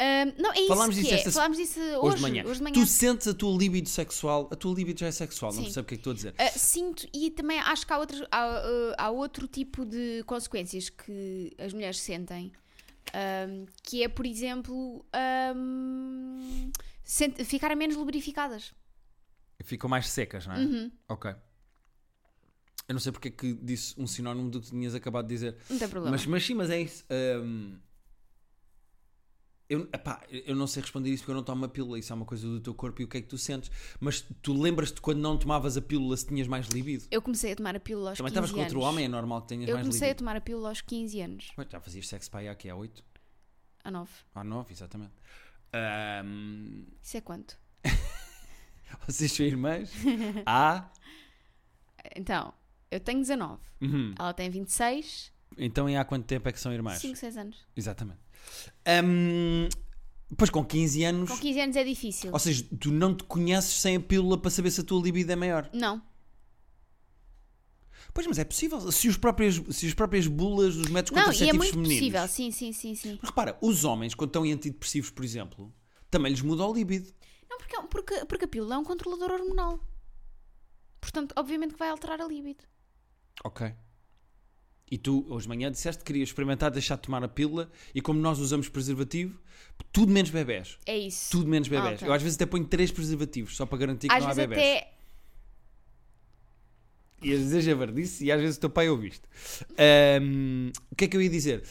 Speaker 2: Ahm, não, é isso
Speaker 1: Falámos
Speaker 2: que
Speaker 1: disso
Speaker 2: é.
Speaker 1: esta se-
Speaker 2: Falámos disso hoje,
Speaker 1: Hoje, de manhã.
Speaker 2: Hoje de manhã.
Speaker 1: Tu sentes a tua libido sexual. A tua libido já é sexual. Não
Speaker 2: Sim.
Speaker 1: percebo o que é que estou a dizer.
Speaker 2: Ah, sinto, e também acho que há, outros, há, ah, há outro tipo de consequências que as mulheres sentem, ahm, que é, por exemplo, ahm, sent- ficarem menos lubrificadas.
Speaker 1: Ficam mais secas, não é?
Speaker 2: Uhum.
Speaker 1: Ok. Eu não sei porque é que disse um sinónimo do que tinhas acabado de dizer.
Speaker 2: Não tem problema.
Speaker 1: Mas, mas sim, mas é isso. Ahm, eu, epá, eu não sei responder isso porque eu não tomo a pílula. Isso é uma coisa do teu corpo e o que é que tu sentes. Mas tu lembras-te quando não tomavas a pílula se tinhas mais libido?
Speaker 2: Eu comecei a tomar a pílula aos
Speaker 1: Também
Speaker 2: 15
Speaker 1: estavas com outro
Speaker 2: anos.
Speaker 1: homem, é normal que tenhas
Speaker 2: Eu
Speaker 1: mais
Speaker 2: comecei a
Speaker 1: libido.
Speaker 2: tomar a pílula aos 15 anos,
Speaker 1: Ué, Já fazias sexo para aí há que há 8?
Speaker 2: a 9.
Speaker 1: Há 9, exatamente. Ahm,
Speaker 2: Isso é quanto?
Speaker 1: vocês são irmãs? Há.
Speaker 2: Então, eu tenho 19,
Speaker 1: Uhum.
Speaker 2: ela tem 26,
Speaker 1: Então, e há quanto tempo é que são irmãs?
Speaker 2: 5, 6 anos.
Speaker 1: Exatamente. Ahm, pois com 15 anos,
Speaker 2: Com 15 anos é difícil.
Speaker 1: ou seja, tu não te conheces sem a pílula para saber se a tua libido é maior.
Speaker 2: Não,
Speaker 1: Pois, mas é possível. Se, os próprios, se as próprias bulas dos métodos
Speaker 2: não, e é
Speaker 1: contraceptivos
Speaker 2: muito
Speaker 1: femininos.
Speaker 2: possível, sim, sim, sim, sim.
Speaker 1: Mas repara, os homens, quando estão em antidepressivos, por exemplo, também lhes muda o libido.
Speaker 2: Não, porque, porque, porque a pílula é um controlador hormonal. Portanto, obviamente que vai alterar a libido.
Speaker 1: Ok. E tu, hoje de manhã, disseste que querias experimentar deixar de tomar a pílula e como nós usamos preservativo, tudo menos bebés.
Speaker 2: É isso.
Speaker 1: Tudo menos bebés.
Speaker 2: ok.
Speaker 1: Eu às vezes até ponho três preservativos só para garantir que
Speaker 2: Às
Speaker 1: não há
Speaker 2: vezes
Speaker 1: bebés.
Speaker 2: até.
Speaker 1: E às vezes é verdade e às vezes o teu pai ouviste. Ahm, o que é que eu ia dizer?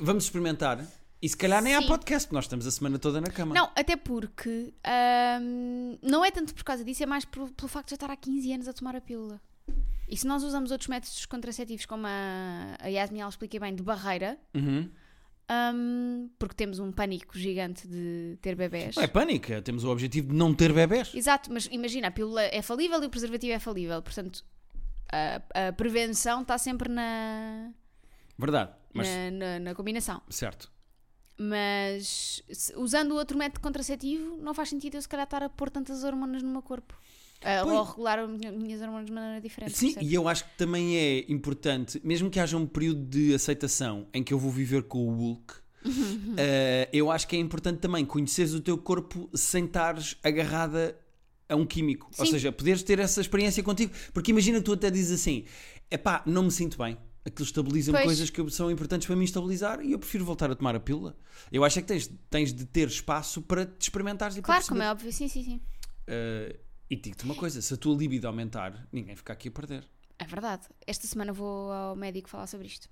Speaker 1: Vamos experimentar. E se calhar nem há
Speaker 2: Sim.
Speaker 1: podcast, porque nós estamos a semana toda na cama.
Speaker 2: Não, até porque. ahm, não é tanto por causa disso, é mais por- pelo facto de já estar há 15 anos a tomar a pílula. E se nós usamos outros métodos contraceptivos, como a, a Yasmin ela explica bem, de barreira,
Speaker 1: Uhum.
Speaker 2: ahm, porque temos um pânico gigante de ter bebés.
Speaker 1: Não é pânico, é- temos o objetivo de não ter bebés.
Speaker 2: Exato, mas imagina, a pílula é falível e o preservativo é falível. Portanto, a, a prevenção está sempre na,
Speaker 1: Verdade, mas
Speaker 2: na, na- na combinação.
Speaker 1: certo.
Speaker 2: Mas se- usando outro método contraceptivo, não faz sentido eu se calhar estar a pôr tantas hormonas no meu corpo. Ah,
Speaker 1: Pois.
Speaker 2: ou regular as minha- minhas hormonas de maneira diferente.
Speaker 1: Sim,
Speaker 2: percebes?
Speaker 1: e eu acho que também é importante, mesmo que haja um período de aceitação em que eu vou viver com o Hulk, eh, eu acho que é importante também conheceres o teu corpo sem estares agarrada a um químico. Ou
Speaker 2: Sim.
Speaker 1: seja, poderes ter essa experiência contigo. Porque imagina, tu até dizes assim: epá, não me sinto bem. Aquilo estabiliza
Speaker 2: Pois.
Speaker 1: coisas que são importantes para mim estabilizar e eu prefiro voltar a tomar a pílula. Eu acho é que tens, tens de ter espaço para te experimentares e
Speaker 2: Claro,
Speaker 1: para
Speaker 2: como
Speaker 1: perceber.
Speaker 2: é óbvio, sim, sim, sim.
Speaker 1: Eh, e digo-te uma coisa: se a tua libido aumentar, ninguém fica aqui a perder.
Speaker 2: É verdade. Esta semana vou ao médico falar sobre isto.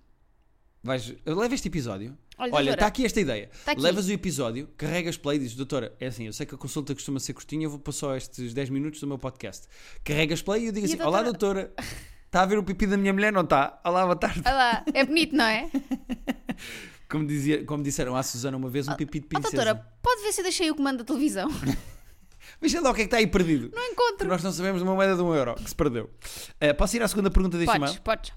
Speaker 1: Vais, leva este episódio. Olha,
Speaker 2: Olha, doutora.
Speaker 1: está aqui esta ideia.
Speaker 2: Tá aqui.
Speaker 1: Levas o episódio, carregas play e dizes, doutora, é assim, eu sei que a consulta costuma ser curtinha, eu vou pôr só estes 10 minutos do meu podcast. Carregas play e eu digo
Speaker 2: E a
Speaker 1: assim, olá doutora, está a ver o pipi da minha mulher? Não está? Olá, boa tarde.
Speaker 2: Olha lá, é bonito, não é?
Speaker 1: Como, dizia, como disseram à Susana uma vez, um pipi de
Speaker 2: Ó, Oh, Ah, doutora,
Speaker 1: princesa.
Speaker 2: pode ver se eu deixei o comando da televisão.
Speaker 1: Veja lá o que é que está aí perdido.
Speaker 2: Não
Speaker 1: Que
Speaker 2: encontro.
Speaker 1: nós não sabemos de uma moeda de um euro que se perdeu. Eh, posso ir à segunda pergunta deste
Speaker 2: Podes,
Speaker 1: e-mail?
Speaker 2: podes.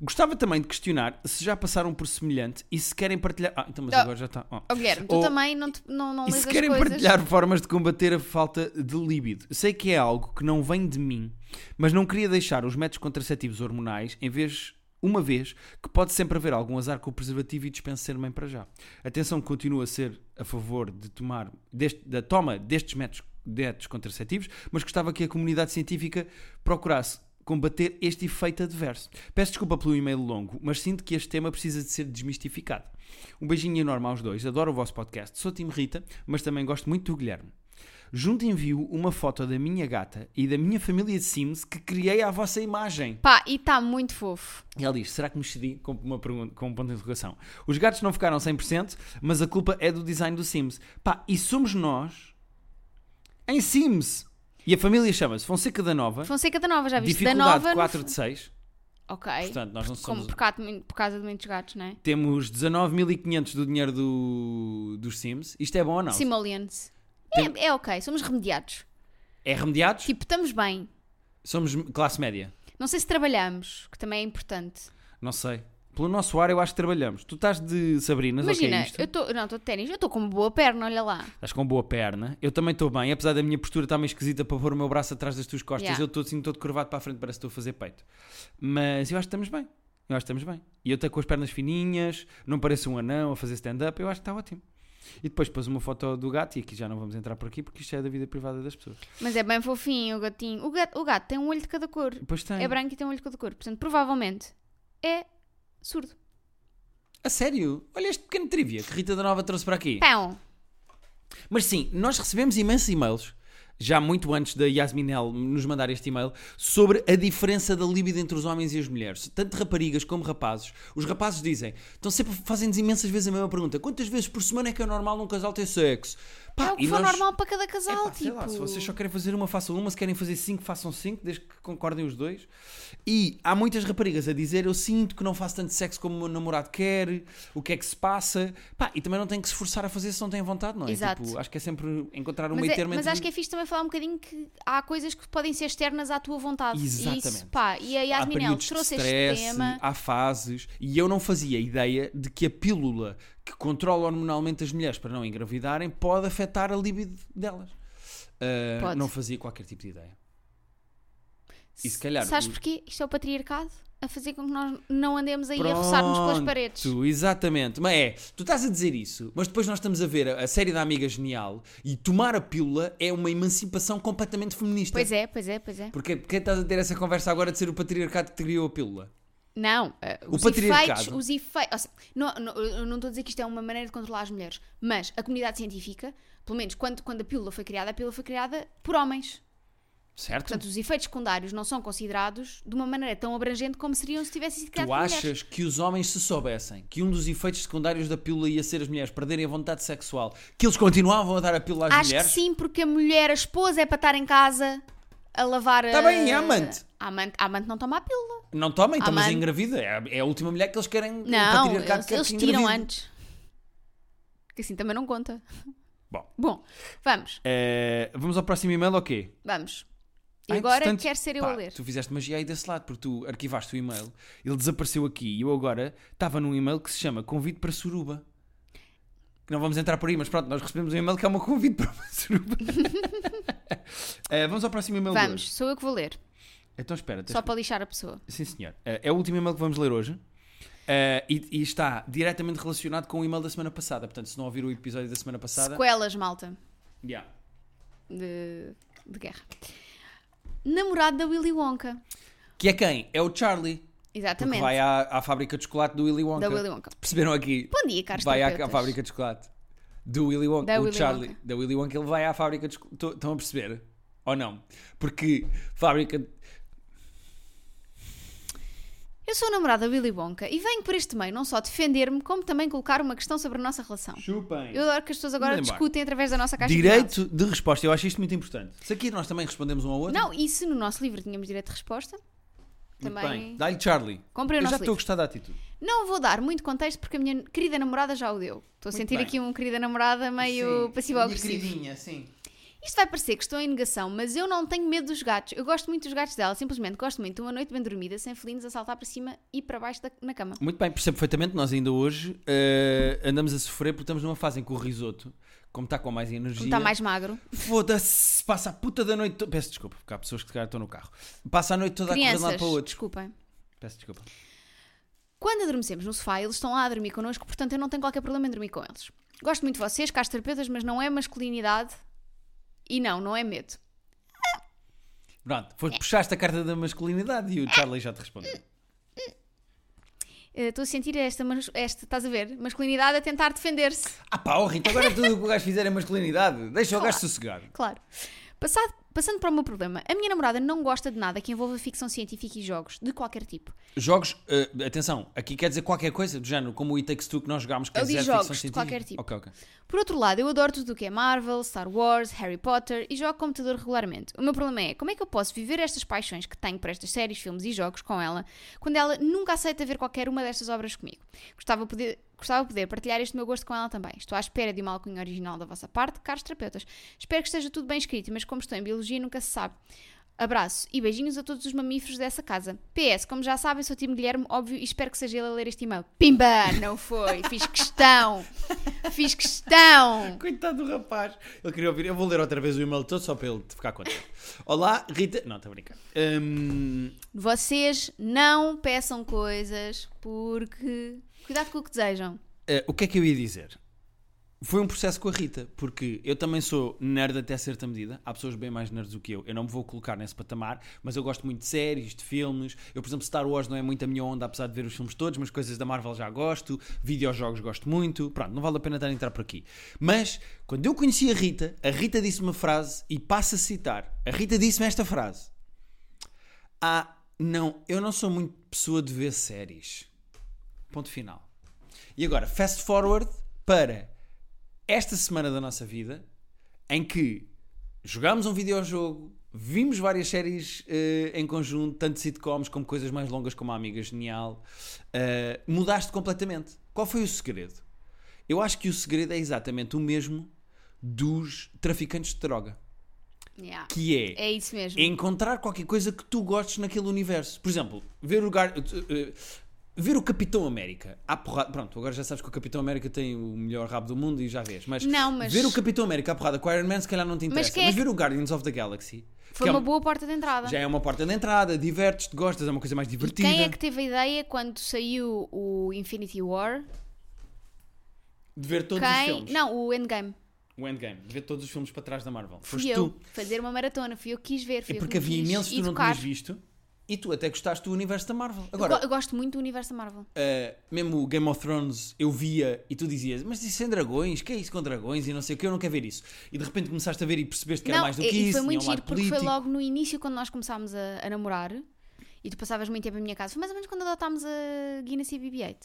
Speaker 1: Gostava também de questionar se já passaram por semelhante e se querem partilhar. Ah, então, mas
Speaker 2: Oh.
Speaker 1: agora já está. Oh.
Speaker 2: Ó Guilherme, tu
Speaker 1: Ou-
Speaker 2: também não, te, não, não
Speaker 1: E
Speaker 2: lês
Speaker 1: se
Speaker 2: as
Speaker 1: querem
Speaker 2: coisas.
Speaker 1: partilhar formas de combater a falta de líbido, sei que é algo que não vem de mim, mas não queria deixar os métodos contraceptivos hormonais em vez uma vez que pode sempre haver algum azar com o preservativo e dispensa ser mãe para já. Atenção que continuo a ser a favor de tomar deste- da toma destes métodos métodos contraceptivos, mas gostava que a comunidade científica procurasse combater este efeito adverso. Peço desculpa pelo e-mail longo, mas sinto que este tema precisa de ser desmistificado. Um beijinho enorme aos dois, adoro o vosso podcast. Sou Tim Rita, mas também gosto muito do Guilherme. Junto envio uma foto da minha gata e da minha família de Sims que criei à vossa imagem.
Speaker 2: Pá, e está muito fofo.
Speaker 1: E ela diz: será que me excedi? Com, uma pergunta, com um ponto de interrogação. Os gatos não ficaram 100%, mas a culpa é do design do Sims. Pá, e somos nós em Sims. E a família chama-se Fonseca da Nova,
Speaker 2: Fonseca da Nova, já viste? Da
Speaker 1: dificuldade
Speaker 2: Nova.
Speaker 1: 4 de 6.
Speaker 2: no- Ok.
Speaker 1: Portanto, nós não
Speaker 2: Como
Speaker 1: somos.
Speaker 2: por causa, de muito- por causa de muitos gatos, não é?
Speaker 1: Temos 19.500 do dinheiro do, dos Sims. Isto é bom ou não?
Speaker 2: Simoleons. É, é ok, somos remediados.
Speaker 1: É remediados?
Speaker 2: Tipo, estamos bem.
Speaker 1: Somos classe média.
Speaker 2: Não sei se trabalhamos, que também é importante.
Speaker 1: Não sei. Pelo nosso ar, eu acho que trabalhamos. Tu estás de Sabrinas, ou o que
Speaker 2: Imagina,
Speaker 1: é isto?
Speaker 2: eu estou. Não, estou de ténis, eu estou com uma boa perna, olha lá.
Speaker 1: Estás com boa perna. Eu também estou bem, apesar da minha postura estar meio esquisita para pôr o meu braço atrás das tuas costas.
Speaker 2: Yeah.
Speaker 1: Eu estou assim todo curvado para a frente, parece que estou a fazer peito. Mas eu acho que estamos bem. Eu acho que estamos bem. E eu estou com as pernas fininhas, não pareço um anão a fazer stand-up. Eu acho que está ótimo. E depois pôs uma foto do gato, e aqui já não vamos entrar por aqui porque isto é da vida privada das pessoas.
Speaker 2: Mas é bem fofinho o gatinho. O gato, o gato tem um olho de cada cor.
Speaker 1: Depois tem.
Speaker 2: É branco e tem um olho de cada cor. Portanto, provavelmente é surdo.
Speaker 1: A sério? Olha este pequeno trivia que Rita da Nova trouxe para aqui.
Speaker 2: Pão!
Speaker 1: Mas sim, nós recebemos imensos e-mails, já muito antes da Yasminel nos mandar este e-mail, sobre a diferença da libido entre os homens e as mulheres. Tanto raparigas como rapazes. Os rapazes dizem, estão sempre fazem-nos imensas vezes a mesma pergunta. Quantas vezes por semana é que é normal num casal ter sexo? Pá,
Speaker 2: É o que
Speaker 1: e
Speaker 2: for
Speaker 1: nós-
Speaker 2: normal para cada
Speaker 1: Epá,
Speaker 2: casal,
Speaker 1: sei
Speaker 2: tipo.
Speaker 1: lá, se vocês só querem fazer uma, façam uma. Se querem fazer cinco, façam cinco, desde que concordem os dois. E há muitas raparigas a dizer: Eu sinto que não faço tanto sexo como o meu namorado quer, o que é que se passa. Pá, e também não tem que se esforçar a fazer se não têm vontade, não é?
Speaker 2: Exato.
Speaker 1: Tipo, acho que é sempre encontrar um
Speaker 2: mas
Speaker 1: meio
Speaker 2: é-
Speaker 1: termo
Speaker 2: mas
Speaker 1: entre-
Speaker 2: acho que é fixe também falar um bocadinho que há coisas que podem ser externas à tua vontade. E
Speaker 1: Exatamente.
Speaker 2: Isso, pá, e a
Speaker 1: Há
Speaker 2: Yasminel
Speaker 1: períodos de
Speaker 2: trouxe
Speaker 1: stress,
Speaker 2: este tema.
Speaker 1: há fases, e eu não fazia ideia de que a pílula que controla hormonalmente as mulheres para não engravidarem pode afetar a libido delas. Ah,
Speaker 2: Pode.
Speaker 1: Não fazia qualquer tipo de ideia. E se calhar
Speaker 2: Sabes
Speaker 1: o-
Speaker 2: porquê? Isto é o patriarcado a fazer com que nós não andemos aí a roçar-nos pelas
Speaker 1: Pronto,
Speaker 2: paredes.
Speaker 1: Exatamente. Mas é, tu estás a dizer isso, mas depois nós estamos a ver a, a série da Amiga Genial e tomar a pílula é uma emancipação completamente feminista.
Speaker 2: Pois é, pois é, pois é.
Speaker 1: Porque, porque estás a ter essa conversa agora de ser o patriarcado que te criou a pílula?
Speaker 2: Não, eh,
Speaker 1: O
Speaker 2: os
Speaker 1: patriarcado.
Speaker 2: efeitos, os efeitos, ou seja, não, não- eu não estou a dizer que isto é uma maneira de controlar as mulheres, mas a comunidade científica, pelo menos quando, quando a pílula foi criada, a pílula foi criada por homens.
Speaker 1: Certo?
Speaker 2: Portanto, os efeitos secundários não são considerados de uma maneira tão abrangente como seriam se tivessem sido criados
Speaker 1: tu
Speaker 2: por mulheres.
Speaker 1: achas que os homens se soubessem que um dos efeitos secundários da pílula ia ser as mulheres perderem a vontade sexual, que eles continuavam a dar a pílula às
Speaker 2: Acho
Speaker 1: mulheres?
Speaker 2: que sim, porque a mulher, a esposa, é para estar em casa a lavar a.
Speaker 1: Tá bem, e a amante?
Speaker 2: A amante, a amante não toma a pílula.
Speaker 1: Não tomem,
Speaker 2: Ah,
Speaker 1: então, mas
Speaker 2: mano.
Speaker 1: engravida. É a, é a última mulher que eles querem. o
Speaker 2: Não,
Speaker 1: Um patriarcado
Speaker 2: eles,
Speaker 1: quer
Speaker 2: eles
Speaker 1: que
Speaker 2: tiram
Speaker 1: engravide.
Speaker 2: antes. Que assim também não conta.
Speaker 1: Bom.
Speaker 2: Bom, vamos,
Speaker 1: Eh, vamos ao próximo e-mail ou quê?
Speaker 2: vamos. E
Speaker 1: Ah,
Speaker 2: agora
Speaker 1: entretanto,
Speaker 2: quero ser eu
Speaker 1: pá,
Speaker 2: a ler.
Speaker 1: Tu fizeste magia aí desse lado, porque tu arquivaste o e-mail, ele desapareceu aqui e eu agora estava num e-mail que se chama Convite para Suruba. Que Não vamos entrar por aí, mas pronto, nós recebemos um e-mail que é um convite para uma suruba. Eh, vamos ao próximo e-mail de hoje.
Speaker 2: Vamos, sou eu que vou ler.
Speaker 1: Então espera, tens...
Speaker 2: Só para lixar a pessoa.
Speaker 1: sim senhor. Eh, é o último e-mail que vamos ler hoje. Eh, e, e está diretamente relacionado com o e-mail da semana passada. Portanto, se não ouvir o episódio da semana passada.
Speaker 2: Sequelas, malta,
Speaker 1: Yeah.
Speaker 2: de, de guerra. Namorado da Willy Wonka.
Speaker 1: Que é quem? É o Charlie. Porque
Speaker 2: Exatamente.
Speaker 1: vai à, à fábrica de chocolate do Willy Wonka.
Speaker 2: Da Willy Wonka.
Speaker 1: Perceberam aqui?
Speaker 2: Bom dia, caros
Speaker 1: vai à,
Speaker 2: terapeutas.
Speaker 1: à fábrica de chocolate do Willy Wonka,
Speaker 2: Da
Speaker 1: o
Speaker 2: Willy
Speaker 1: Charlie,
Speaker 2: Wonka.
Speaker 1: da Willy Wonka, ele vai à fábrica de chocolate. Estão a perceber? Ou não? Porque fábrica. de-
Speaker 2: Eu sou namorada da Willy Wonka e venho por este meio não só defender-me, como também colocar uma questão sobre a nossa relação.
Speaker 1: Chupem!
Speaker 2: Eu adoro que as pessoas agora
Speaker 1: Vamos embora.
Speaker 2: discutem através da nossa caixa de
Speaker 1: Direito de resposta, eu acho isto muito importante. Se aqui nós também respondemos um ao outro.
Speaker 2: dados. Não, e se no nosso livro tínhamos direito de resposta,
Speaker 1: muito
Speaker 2: também.
Speaker 1: bem. Dá-lhe Charlie.
Speaker 2: Comprei o
Speaker 1: eu já
Speaker 2: nosso
Speaker 1: estou a
Speaker 2: livro.
Speaker 1: gostar da atitude.
Speaker 2: Não vou dar muito contexto porque a minha querida namorada já o deu. Estou a sentir
Speaker 1: bem.
Speaker 2: aqui um querida namorada meio passivo-agressivo.
Speaker 1: queridinha, sim.
Speaker 2: Isto vai parecer que estou em negação, mas eu não tenho medo dos gatos. Eu gosto muito dos gatos dela, simplesmente gosto muito de uma noite bem dormida, sem felinos a saltar para cima e para baixo da- na cama.
Speaker 1: Muito bem, percebo perfeitamente. Nós ainda hoje eh, andamos a sofrer porque estamos numa fase em que o risoto, como está com mais energia.
Speaker 2: Como está mais magro.
Speaker 1: Foda-se, passa a puta da noite. to- Peço desculpa, porque há pessoas que se calhar estão no carro. Passa a noite toda a correr de um
Speaker 2: Crianças,
Speaker 1: lado para o outro.
Speaker 2: desculpem.
Speaker 1: Peço desculpa.
Speaker 2: Quando adormecemos no sofá, eles estão lá a dormir connosco, portanto eu não tenho qualquer problema em dormir com eles. Gosto muito de vocês, caros terapeutas, mas não é masculinidade E não, não é medo.
Speaker 1: Pronto, foste, puxaste a carta da masculinidade e
Speaker 2: É.
Speaker 1: o Charlie já te respondeu.
Speaker 2: Eh, Estou a sentir esta, mas- esta, estás a ver? Masculinidade a tentar defender-se.
Speaker 1: Ah pá, oh, Rita, agora tudo o que o gajo fizer é masculinidade. Deixa o gajo sossegar.
Speaker 2: Claro. Passado- passando para o meu problema, a minha namorada não gosta de nada que envolva ficção científica e jogos, de qualquer tipo.
Speaker 1: Jogos, eh, atenção, aqui quer dizer qualquer coisa do género, como o It Takes Two que nós jogámos, quer
Speaker 2: Eu disse
Speaker 1: dizer
Speaker 2: jogos,
Speaker 1: ficção
Speaker 2: de
Speaker 1: científica.
Speaker 2: qualquer tipo.
Speaker 1: Ok, ok.
Speaker 2: Por outro lado, eu adoro tudo o que é Marvel, Star Wars, Harry Potter e jogo computador regularmente. O meu problema é como é que eu posso viver estas paixões que tenho por estas séries, filmes e jogos com ela, quando ela nunca aceita ver qualquer uma destas obras comigo. Gostava poder, gostava poder partilhar este meu gosto com ela também. Estou à espera de uma alcunha original da vossa parte, caros terapeutas. Espero que esteja tudo bem escrito, mas como estou em biologia, nunca se sabe. Abraço e beijinhos a todos os mamíferos dessa casa. PS, como já sabem, sou o time Guilherme, óbvio, e espero que seja ele a ler este e-mail. Pimba! Não foi! Fiz questão! Fiz questão!
Speaker 1: Coitado do rapaz. Ele queria ouvir. Eu vou ler outra vez o e-mail todo só para ele ficar contente. Olá, Rita. Não, estou a brincar. Hum,
Speaker 2: Vocês não peçam coisas porque. Cuidado com o que desejam.
Speaker 1: eh, o que é que eu ia dizer? Foi um processo com a Rita, porque eu também sou nerd até certa medida. Há pessoas bem mais nerds do que eu. Eu não me vou colocar nesse patamar, mas eu gosto muito de séries, de filmes. Eu, por exemplo, Star Wars não é muito a minha onda, apesar de ver os filmes todos, mas coisas da Marvel já gosto, videojogos gosto muito. Pronto, não vale a pena estar a entrar por aqui. Mas, quando eu conheci a Rita, a Rita disse uma frase e passo a citar. A Rita disse-me esta frase. Ah, não, eu não sou muito pessoa de ver séries. Ponto final. E agora, fast forward para esta semana da nossa vida em que jogámos um videojogo, vimos várias séries eh, em conjunto, tanto sitcoms como coisas mais longas como a Amiga Genial. Eh, mudaste completamente. Qual foi o segredo? Eu acho que o segredo é exatamente o mesmo dos traficantes de droga,
Speaker 2: Yeah.
Speaker 1: que é
Speaker 2: É isso mesmo.
Speaker 1: é encontrar qualquer coisa que tu gostes naquele universo. Por exemplo, ver o Gar- eh, eh, ver o Capitão América à porrada. Pronto, agora já sabes que o Capitão América tem o melhor rabo do mundo e já vês. Mas,
Speaker 2: Não, mas-
Speaker 1: ver o Capitão América à porrada com o Iron Man se calhar não te interessa. Mas,
Speaker 2: quem é que-
Speaker 1: ver o Guardians of the Galaxy
Speaker 2: Foi
Speaker 1: que é
Speaker 2: uma
Speaker 1: um-
Speaker 2: boa porta de entrada.
Speaker 1: já é uma porta de entrada, divertes-te, gostas, é uma coisa mais divertida.
Speaker 2: Quem é que teve a ideia quando saiu o Infinity War?
Speaker 1: De ver todos os
Speaker 2: Quem?
Speaker 1: filmes.
Speaker 2: Não, o Endgame.
Speaker 1: O Endgame, de ver todos os filmes para trás da Marvel.
Speaker 2: Fui
Speaker 1: Foste
Speaker 2: eu.
Speaker 1: tu.
Speaker 2: Fazer uma maratona. Fui eu que quis ver. Fui
Speaker 1: É
Speaker 2: eu
Speaker 1: porque
Speaker 2: que me
Speaker 1: havia
Speaker 2: quis
Speaker 1: imensos que tu não
Speaker 2: educar.
Speaker 1: tinhas visto e tu até gostaste do universo da Marvel.
Speaker 2: Eu
Speaker 1: Agora,
Speaker 2: go- eu gosto muito do universo da Marvel.
Speaker 1: Uh, mesmo o Game of Thrones eu via e tu dizias, mas isso é dragões, que é isso com dragões e não sei o que, eu não quero ver isso. E de repente começaste a ver e percebeste que era mais do que
Speaker 2: e, e
Speaker 1: isso,
Speaker 2: foi muito
Speaker 1: tinha um lado
Speaker 2: giro porque foi
Speaker 1: político.
Speaker 2: logo no início quando nós começámos a, a namorar e tu passavas muito tempo em minha casa. Foi mais ou menos quando adotámos a Guinness e a BB-8.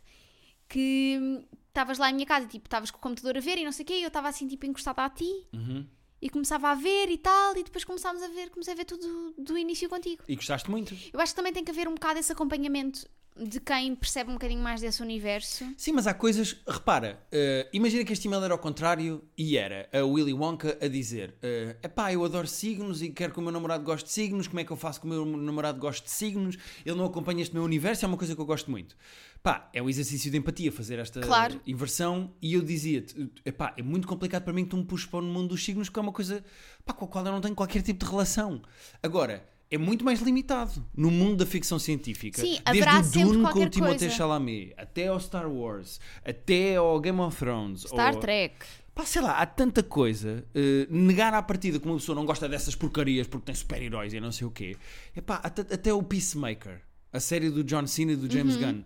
Speaker 2: Que hum, estavas lá em minha casa e tipo, estavas com o computador a ver e não sei o quê, e eu estava assim tipo encostada a ti
Speaker 1: Uhum.
Speaker 2: e começava a ver e tal, e depois começámos a ver, comecei a ver tudo do início contigo.
Speaker 1: E gostaste muito.
Speaker 2: Eu acho que também tem que haver um bocado esse acompanhamento de quem percebe um bocadinho mais desse universo.
Speaker 1: Sim, mas há coisas, repara, uh, imagina que este e-mail era ao contrário e era a Willy Wonka a dizer: uh, Epá, eu adoro signos e quero que o meu namorado goste de signos, como é que eu faço que o meu namorado goste de signos? Ele não acompanha este meu universo, é uma coisa que eu gosto muito. Pá, é um exercício de empatia fazer esta
Speaker 2: Claro.
Speaker 1: inversão e eu dizia-te: Epá, é muito complicado para mim que tu me puxes para o mundo dos signos, porque é uma coisa pá, com a qual eu não tenho qualquer tipo de relação. Agora. É muito mais limitado no mundo da ficção científica.
Speaker 2: Sim,
Speaker 1: Desde
Speaker 2: haverá
Speaker 1: o
Speaker 2: sempre
Speaker 1: Dune com o
Speaker 2: qualquer
Speaker 1: Timothée
Speaker 2: coisa.
Speaker 1: Chalamet, até ao Star Wars, até ao Game of Thrones.
Speaker 2: Star
Speaker 1: ou-
Speaker 2: Trek.
Speaker 1: Pá, sei lá, há tanta coisa. eh, negar à partida que uma pessoa não gosta dessas porcarias porque tem super-heróis e não sei o quê. Epá, até, até o Peacemaker, a série do John Cena e do James
Speaker 2: Uhum.
Speaker 1: Gunn.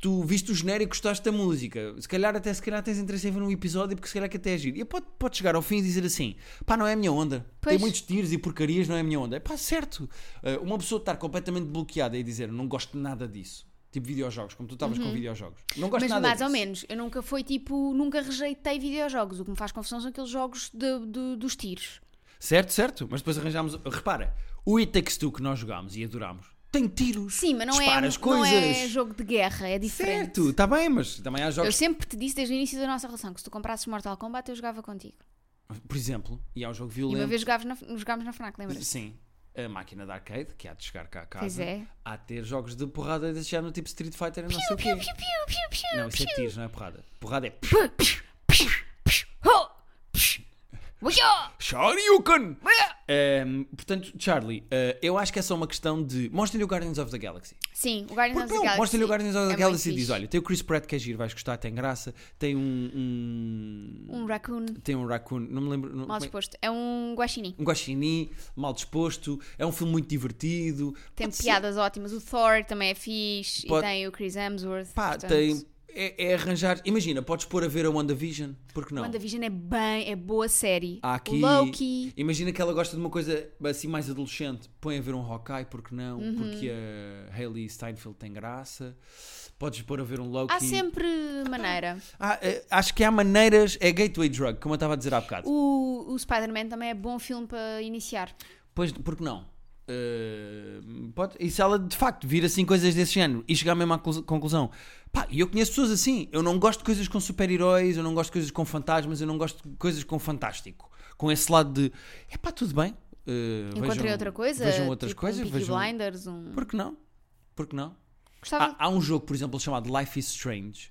Speaker 1: Tu viste o genérico, gostaste da música. Se calhar até se calhar tens interesse em ver um episódio porque se calhar que até é giro. E pode, pode chegar ao fim e dizer assim: pá, não é a minha onda.
Speaker 2: Pois.
Speaker 1: Tem muitos tiros e porcarias, não é a minha onda. É pá, certo. Eh, uma pessoa estar completamente bloqueada e dizer não gosto nada disso. Tipo videojogos, como tu estavas com videojogos. Não gosto
Speaker 2: Uhum. Mas
Speaker 1: nada
Speaker 2: mais
Speaker 1: disso.
Speaker 2: ou menos, eu nunca fui tipo, nunca rejeitei videojogos. O que me faz confusão são aqueles jogos de- de- dos tiros.
Speaker 1: Certo, certo. Mas depois arranjámos. Repara, o It Takes Two que nós jogámos e adorámos tem tiros.
Speaker 2: Sim, mas não, é,
Speaker 1: Dispara as
Speaker 2: não
Speaker 1: coisas.
Speaker 2: é jogo de guerra, é diferente.
Speaker 1: certo, está bem, mas também há
Speaker 2: Eu
Speaker 1: jogos.
Speaker 2: sempre te disse desde o início da nossa relação que se tu comprasses Mortal Kombat eu jogava contigo.
Speaker 1: Por exemplo, e há um jogo
Speaker 2: E
Speaker 1: violento.
Speaker 2: uma vez jogavas na, jogámos na FNAC, lembras?
Speaker 1: Sim. A máquina da arcade, que há de chegar cá a casa.
Speaker 2: Pois é.
Speaker 1: Há de ter jogos de porrada desse género, tipo Street Fighter e não sei o quê.
Speaker 2: Piu, piu, piu, piu, piu,
Speaker 1: Não, isso é
Speaker 2: piu.
Speaker 1: tiros, não é porrada. Porrada é.
Speaker 2: Piu, piu, piu, piu, oh, piu. Uiá!
Speaker 1: Shoryuken!
Speaker 2: Uiá!
Speaker 1: Ahm, portanto, Charlie, ah, eu acho que é só uma questão de. Mostra-lhe o Guardians of the Galaxy.
Speaker 2: Sim, o
Speaker 1: Por
Speaker 2: Guardians of
Speaker 1: que
Speaker 2: the
Speaker 1: não?
Speaker 2: Galaxy.
Speaker 1: Mostra-lhe o Guardians of the
Speaker 2: é
Speaker 1: Galaxy e
Speaker 2: muito
Speaker 1: diz:
Speaker 2: fixe.
Speaker 1: olha, tem o Chris Pratt que é giro, vais gostar, tem graça, tem um. um-
Speaker 2: Um raccoon
Speaker 1: Tem um raccoon, não me lembro. não- como
Speaker 2: mal
Speaker 1: é-
Speaker 2: disposto. É um guaxinim.
Speaker 1: um guaxinim, mal disposto, é um filme muito divertido.
Speaker 2: Tem
Speaker 1: Pode ser-
Speaker 2: piadas ótimas. O Thor também é fixe.
Speaker 1: Pode-
Speaker 2: E tem o Chris Hemsworth.
Speaker 1: Pá,
Speaker 2: portanto.
Speaker 1: tem. É, é arranjar. Imagina, podes pôr a ver a WandaVision, porque não?
Speaker 2: WandaVision é bem, é boa série.
Speaker 1: Há
Speaker 2: O
Speaker 1: aqui.
Speaker 2: Loki.
Speaker 1: Imagina que ela gosta de uma coisa assim mais adolescente. Põe a ver um Hawkeye, porque não?
Speaker 2: Uhum.
Speaker 1: Porque a Hailey Steinfeld tem graça. Podes pôr a ver um Loki.
Speaker 2: Há sempre maneira.
Speaker 1: Ah, eh, acho que há maneiras. É gateway drug, como eu estava a dizer há bocado.
Speaker 2: O, o Spider-Man também é bom filme para iniciar.
Speaker 1: Pois, porque não? Eh, pode, e se ela de facto vir assim coisas desse género e chegar mesmo à clu- conclusão, pá, e eu conheço pessoas assim. Eu não gosto de coisas com super-heróis, eu não gosto de coisas com fantasmas, eu não gosto de coisas com fantástico. Com esse lado de é pá, tudo bem. eh,
Speaker 2: Encontrei
Speaker 1: vejam-
Speaker 2: outra coisa.
Speaker 1: Vejam outras
Speaker 2: tipo
Speaker 1: coisas.
Speaker 2: Um Peaky
Speaker 1: vejam-
Speaker 2: Blinders. Um...
Speaker 1: Por que não? Por que não?
Speaker 2: Gostava.
Speaker 1: Há, há um jogo, por exemplo, chamado Life is Strange,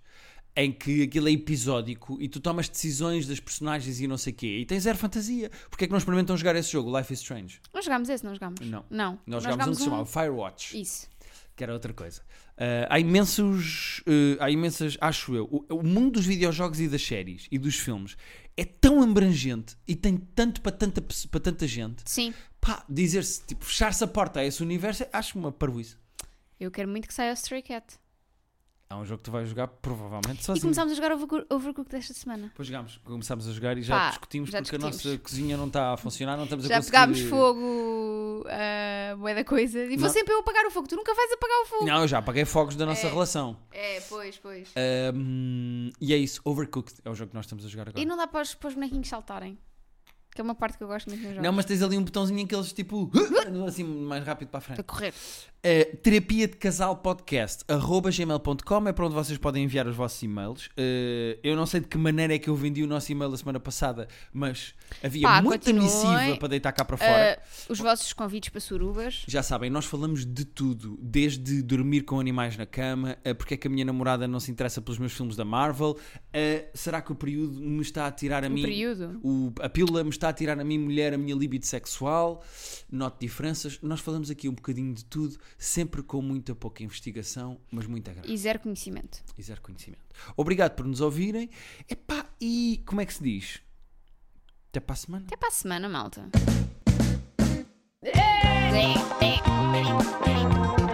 Speaker 1: em que aquilo é episódico e tu tomas decisões das personagens e não sei o quê, e tens zero fantasia. Porquê é que não experimentam jogar esse jogo, Life is Strange?
Speaker 2: Nós jogámos esse, não jogámos?
Speaker 1: Não.
Speaker 2: Não.
Speaker 1: Nós, jogámos um que se chamava Firewatch,
Speaker 2: Isso.
Speaker 1: que era outra coisa. Ah, há imensos, ah, há imensas, acho eu, o, o mundo dos videojogos e das séries e dos filmes é tão abrangente e tem tanto para tanta, pe- para tanta gente.
Speaker 2: Sim.
Speaker 1: Pá, dizer-se, tipo, fechar-se a porta a esse universo, é, acho uma parvoíce.
Speaker 2: Eu quero muito que saia o Stray Cat.
Speaker 1: É um jogo que tu vais jogar provavelmente
Speaker 2: E
Speaker 1: sozinho.
Speaker 2: começámos a jogar Overcook- Overcooked desta semana.
Speaker 1: Depois jogámos, começámos a jogar e já
Speaker 2: Pá,
Speaker 1: discutimos
Speaker 2: já
Speaker 1: porque a nossa
Speaker 2: discutimos.
Speaker 1: cozinha não está a funcionar, não estamos a
Speaker 2: Já
Speaker 1: conseguir...
Speaker 2: pegámos fogo, ah, bué da coisa. E foi
Speaker 1: Não.
Speaker 2: sempre eu apagar o fogo. Tu nunca vais apagar o fogo.
Speaker 1: Não, eu já apaguei fogos da nossa
Speaker 2: É.
Speaker 1: relação.
Speaker 2: É, pois, pois.
Speaker 1: Ahm, e é isso, Overcooked é o jogo que nós estamos a jogar agora.
Speaker 2: E não dá para os, para os bonequinhos saltarem. Que é uma parte que eu gosto muito nos jogos.
Speaker 1: Não, mas tens ali um botãozinho em que eles tipo andam assim mais rápido para a
Speaker 2: A
Speaker 1: frente.
Speaker 2: correr.
Speaker 1: Uh, terapia de casal podcast arroba gmail.com é para onde vocês podem enviar os vossos e-mails. Uh, eu não sei de que maneira é que eu vendi o nosso e-mail a semana passada, mas havia
Speaker 2: Pá,
Speaker 1: muita
Speaker 2: continuem.
Speaker 1: missiva para deitar cá para fora.
Speaker 2: Ah, os vossos convites para surubas.
Speaker 1: Já sabem, nós falamos de tudo, desde dormir com animais na cama, a porque é que a minha namorada não se interessa pelos meus filmes da Marvel, a será que o período me está a tirar a
Speaker 2: O
Speaker 1: mim.
Speaker 2: um período.
Speaker 1: o- a pílula me está a tirar a mim mulher, a minha libido sexual, note diferenças. Nós falamos aqui um bocadinho de tudo, sempre com muita pouca investigação, mas muita graça
Speaker 2: E zero conhecimento.
Speaker 1: e zero conhecimento. Obrigado por nos ouvirem. Epá, e como é que se diz? Até para a semana.
Speaker 2: Até É para a semana, malta.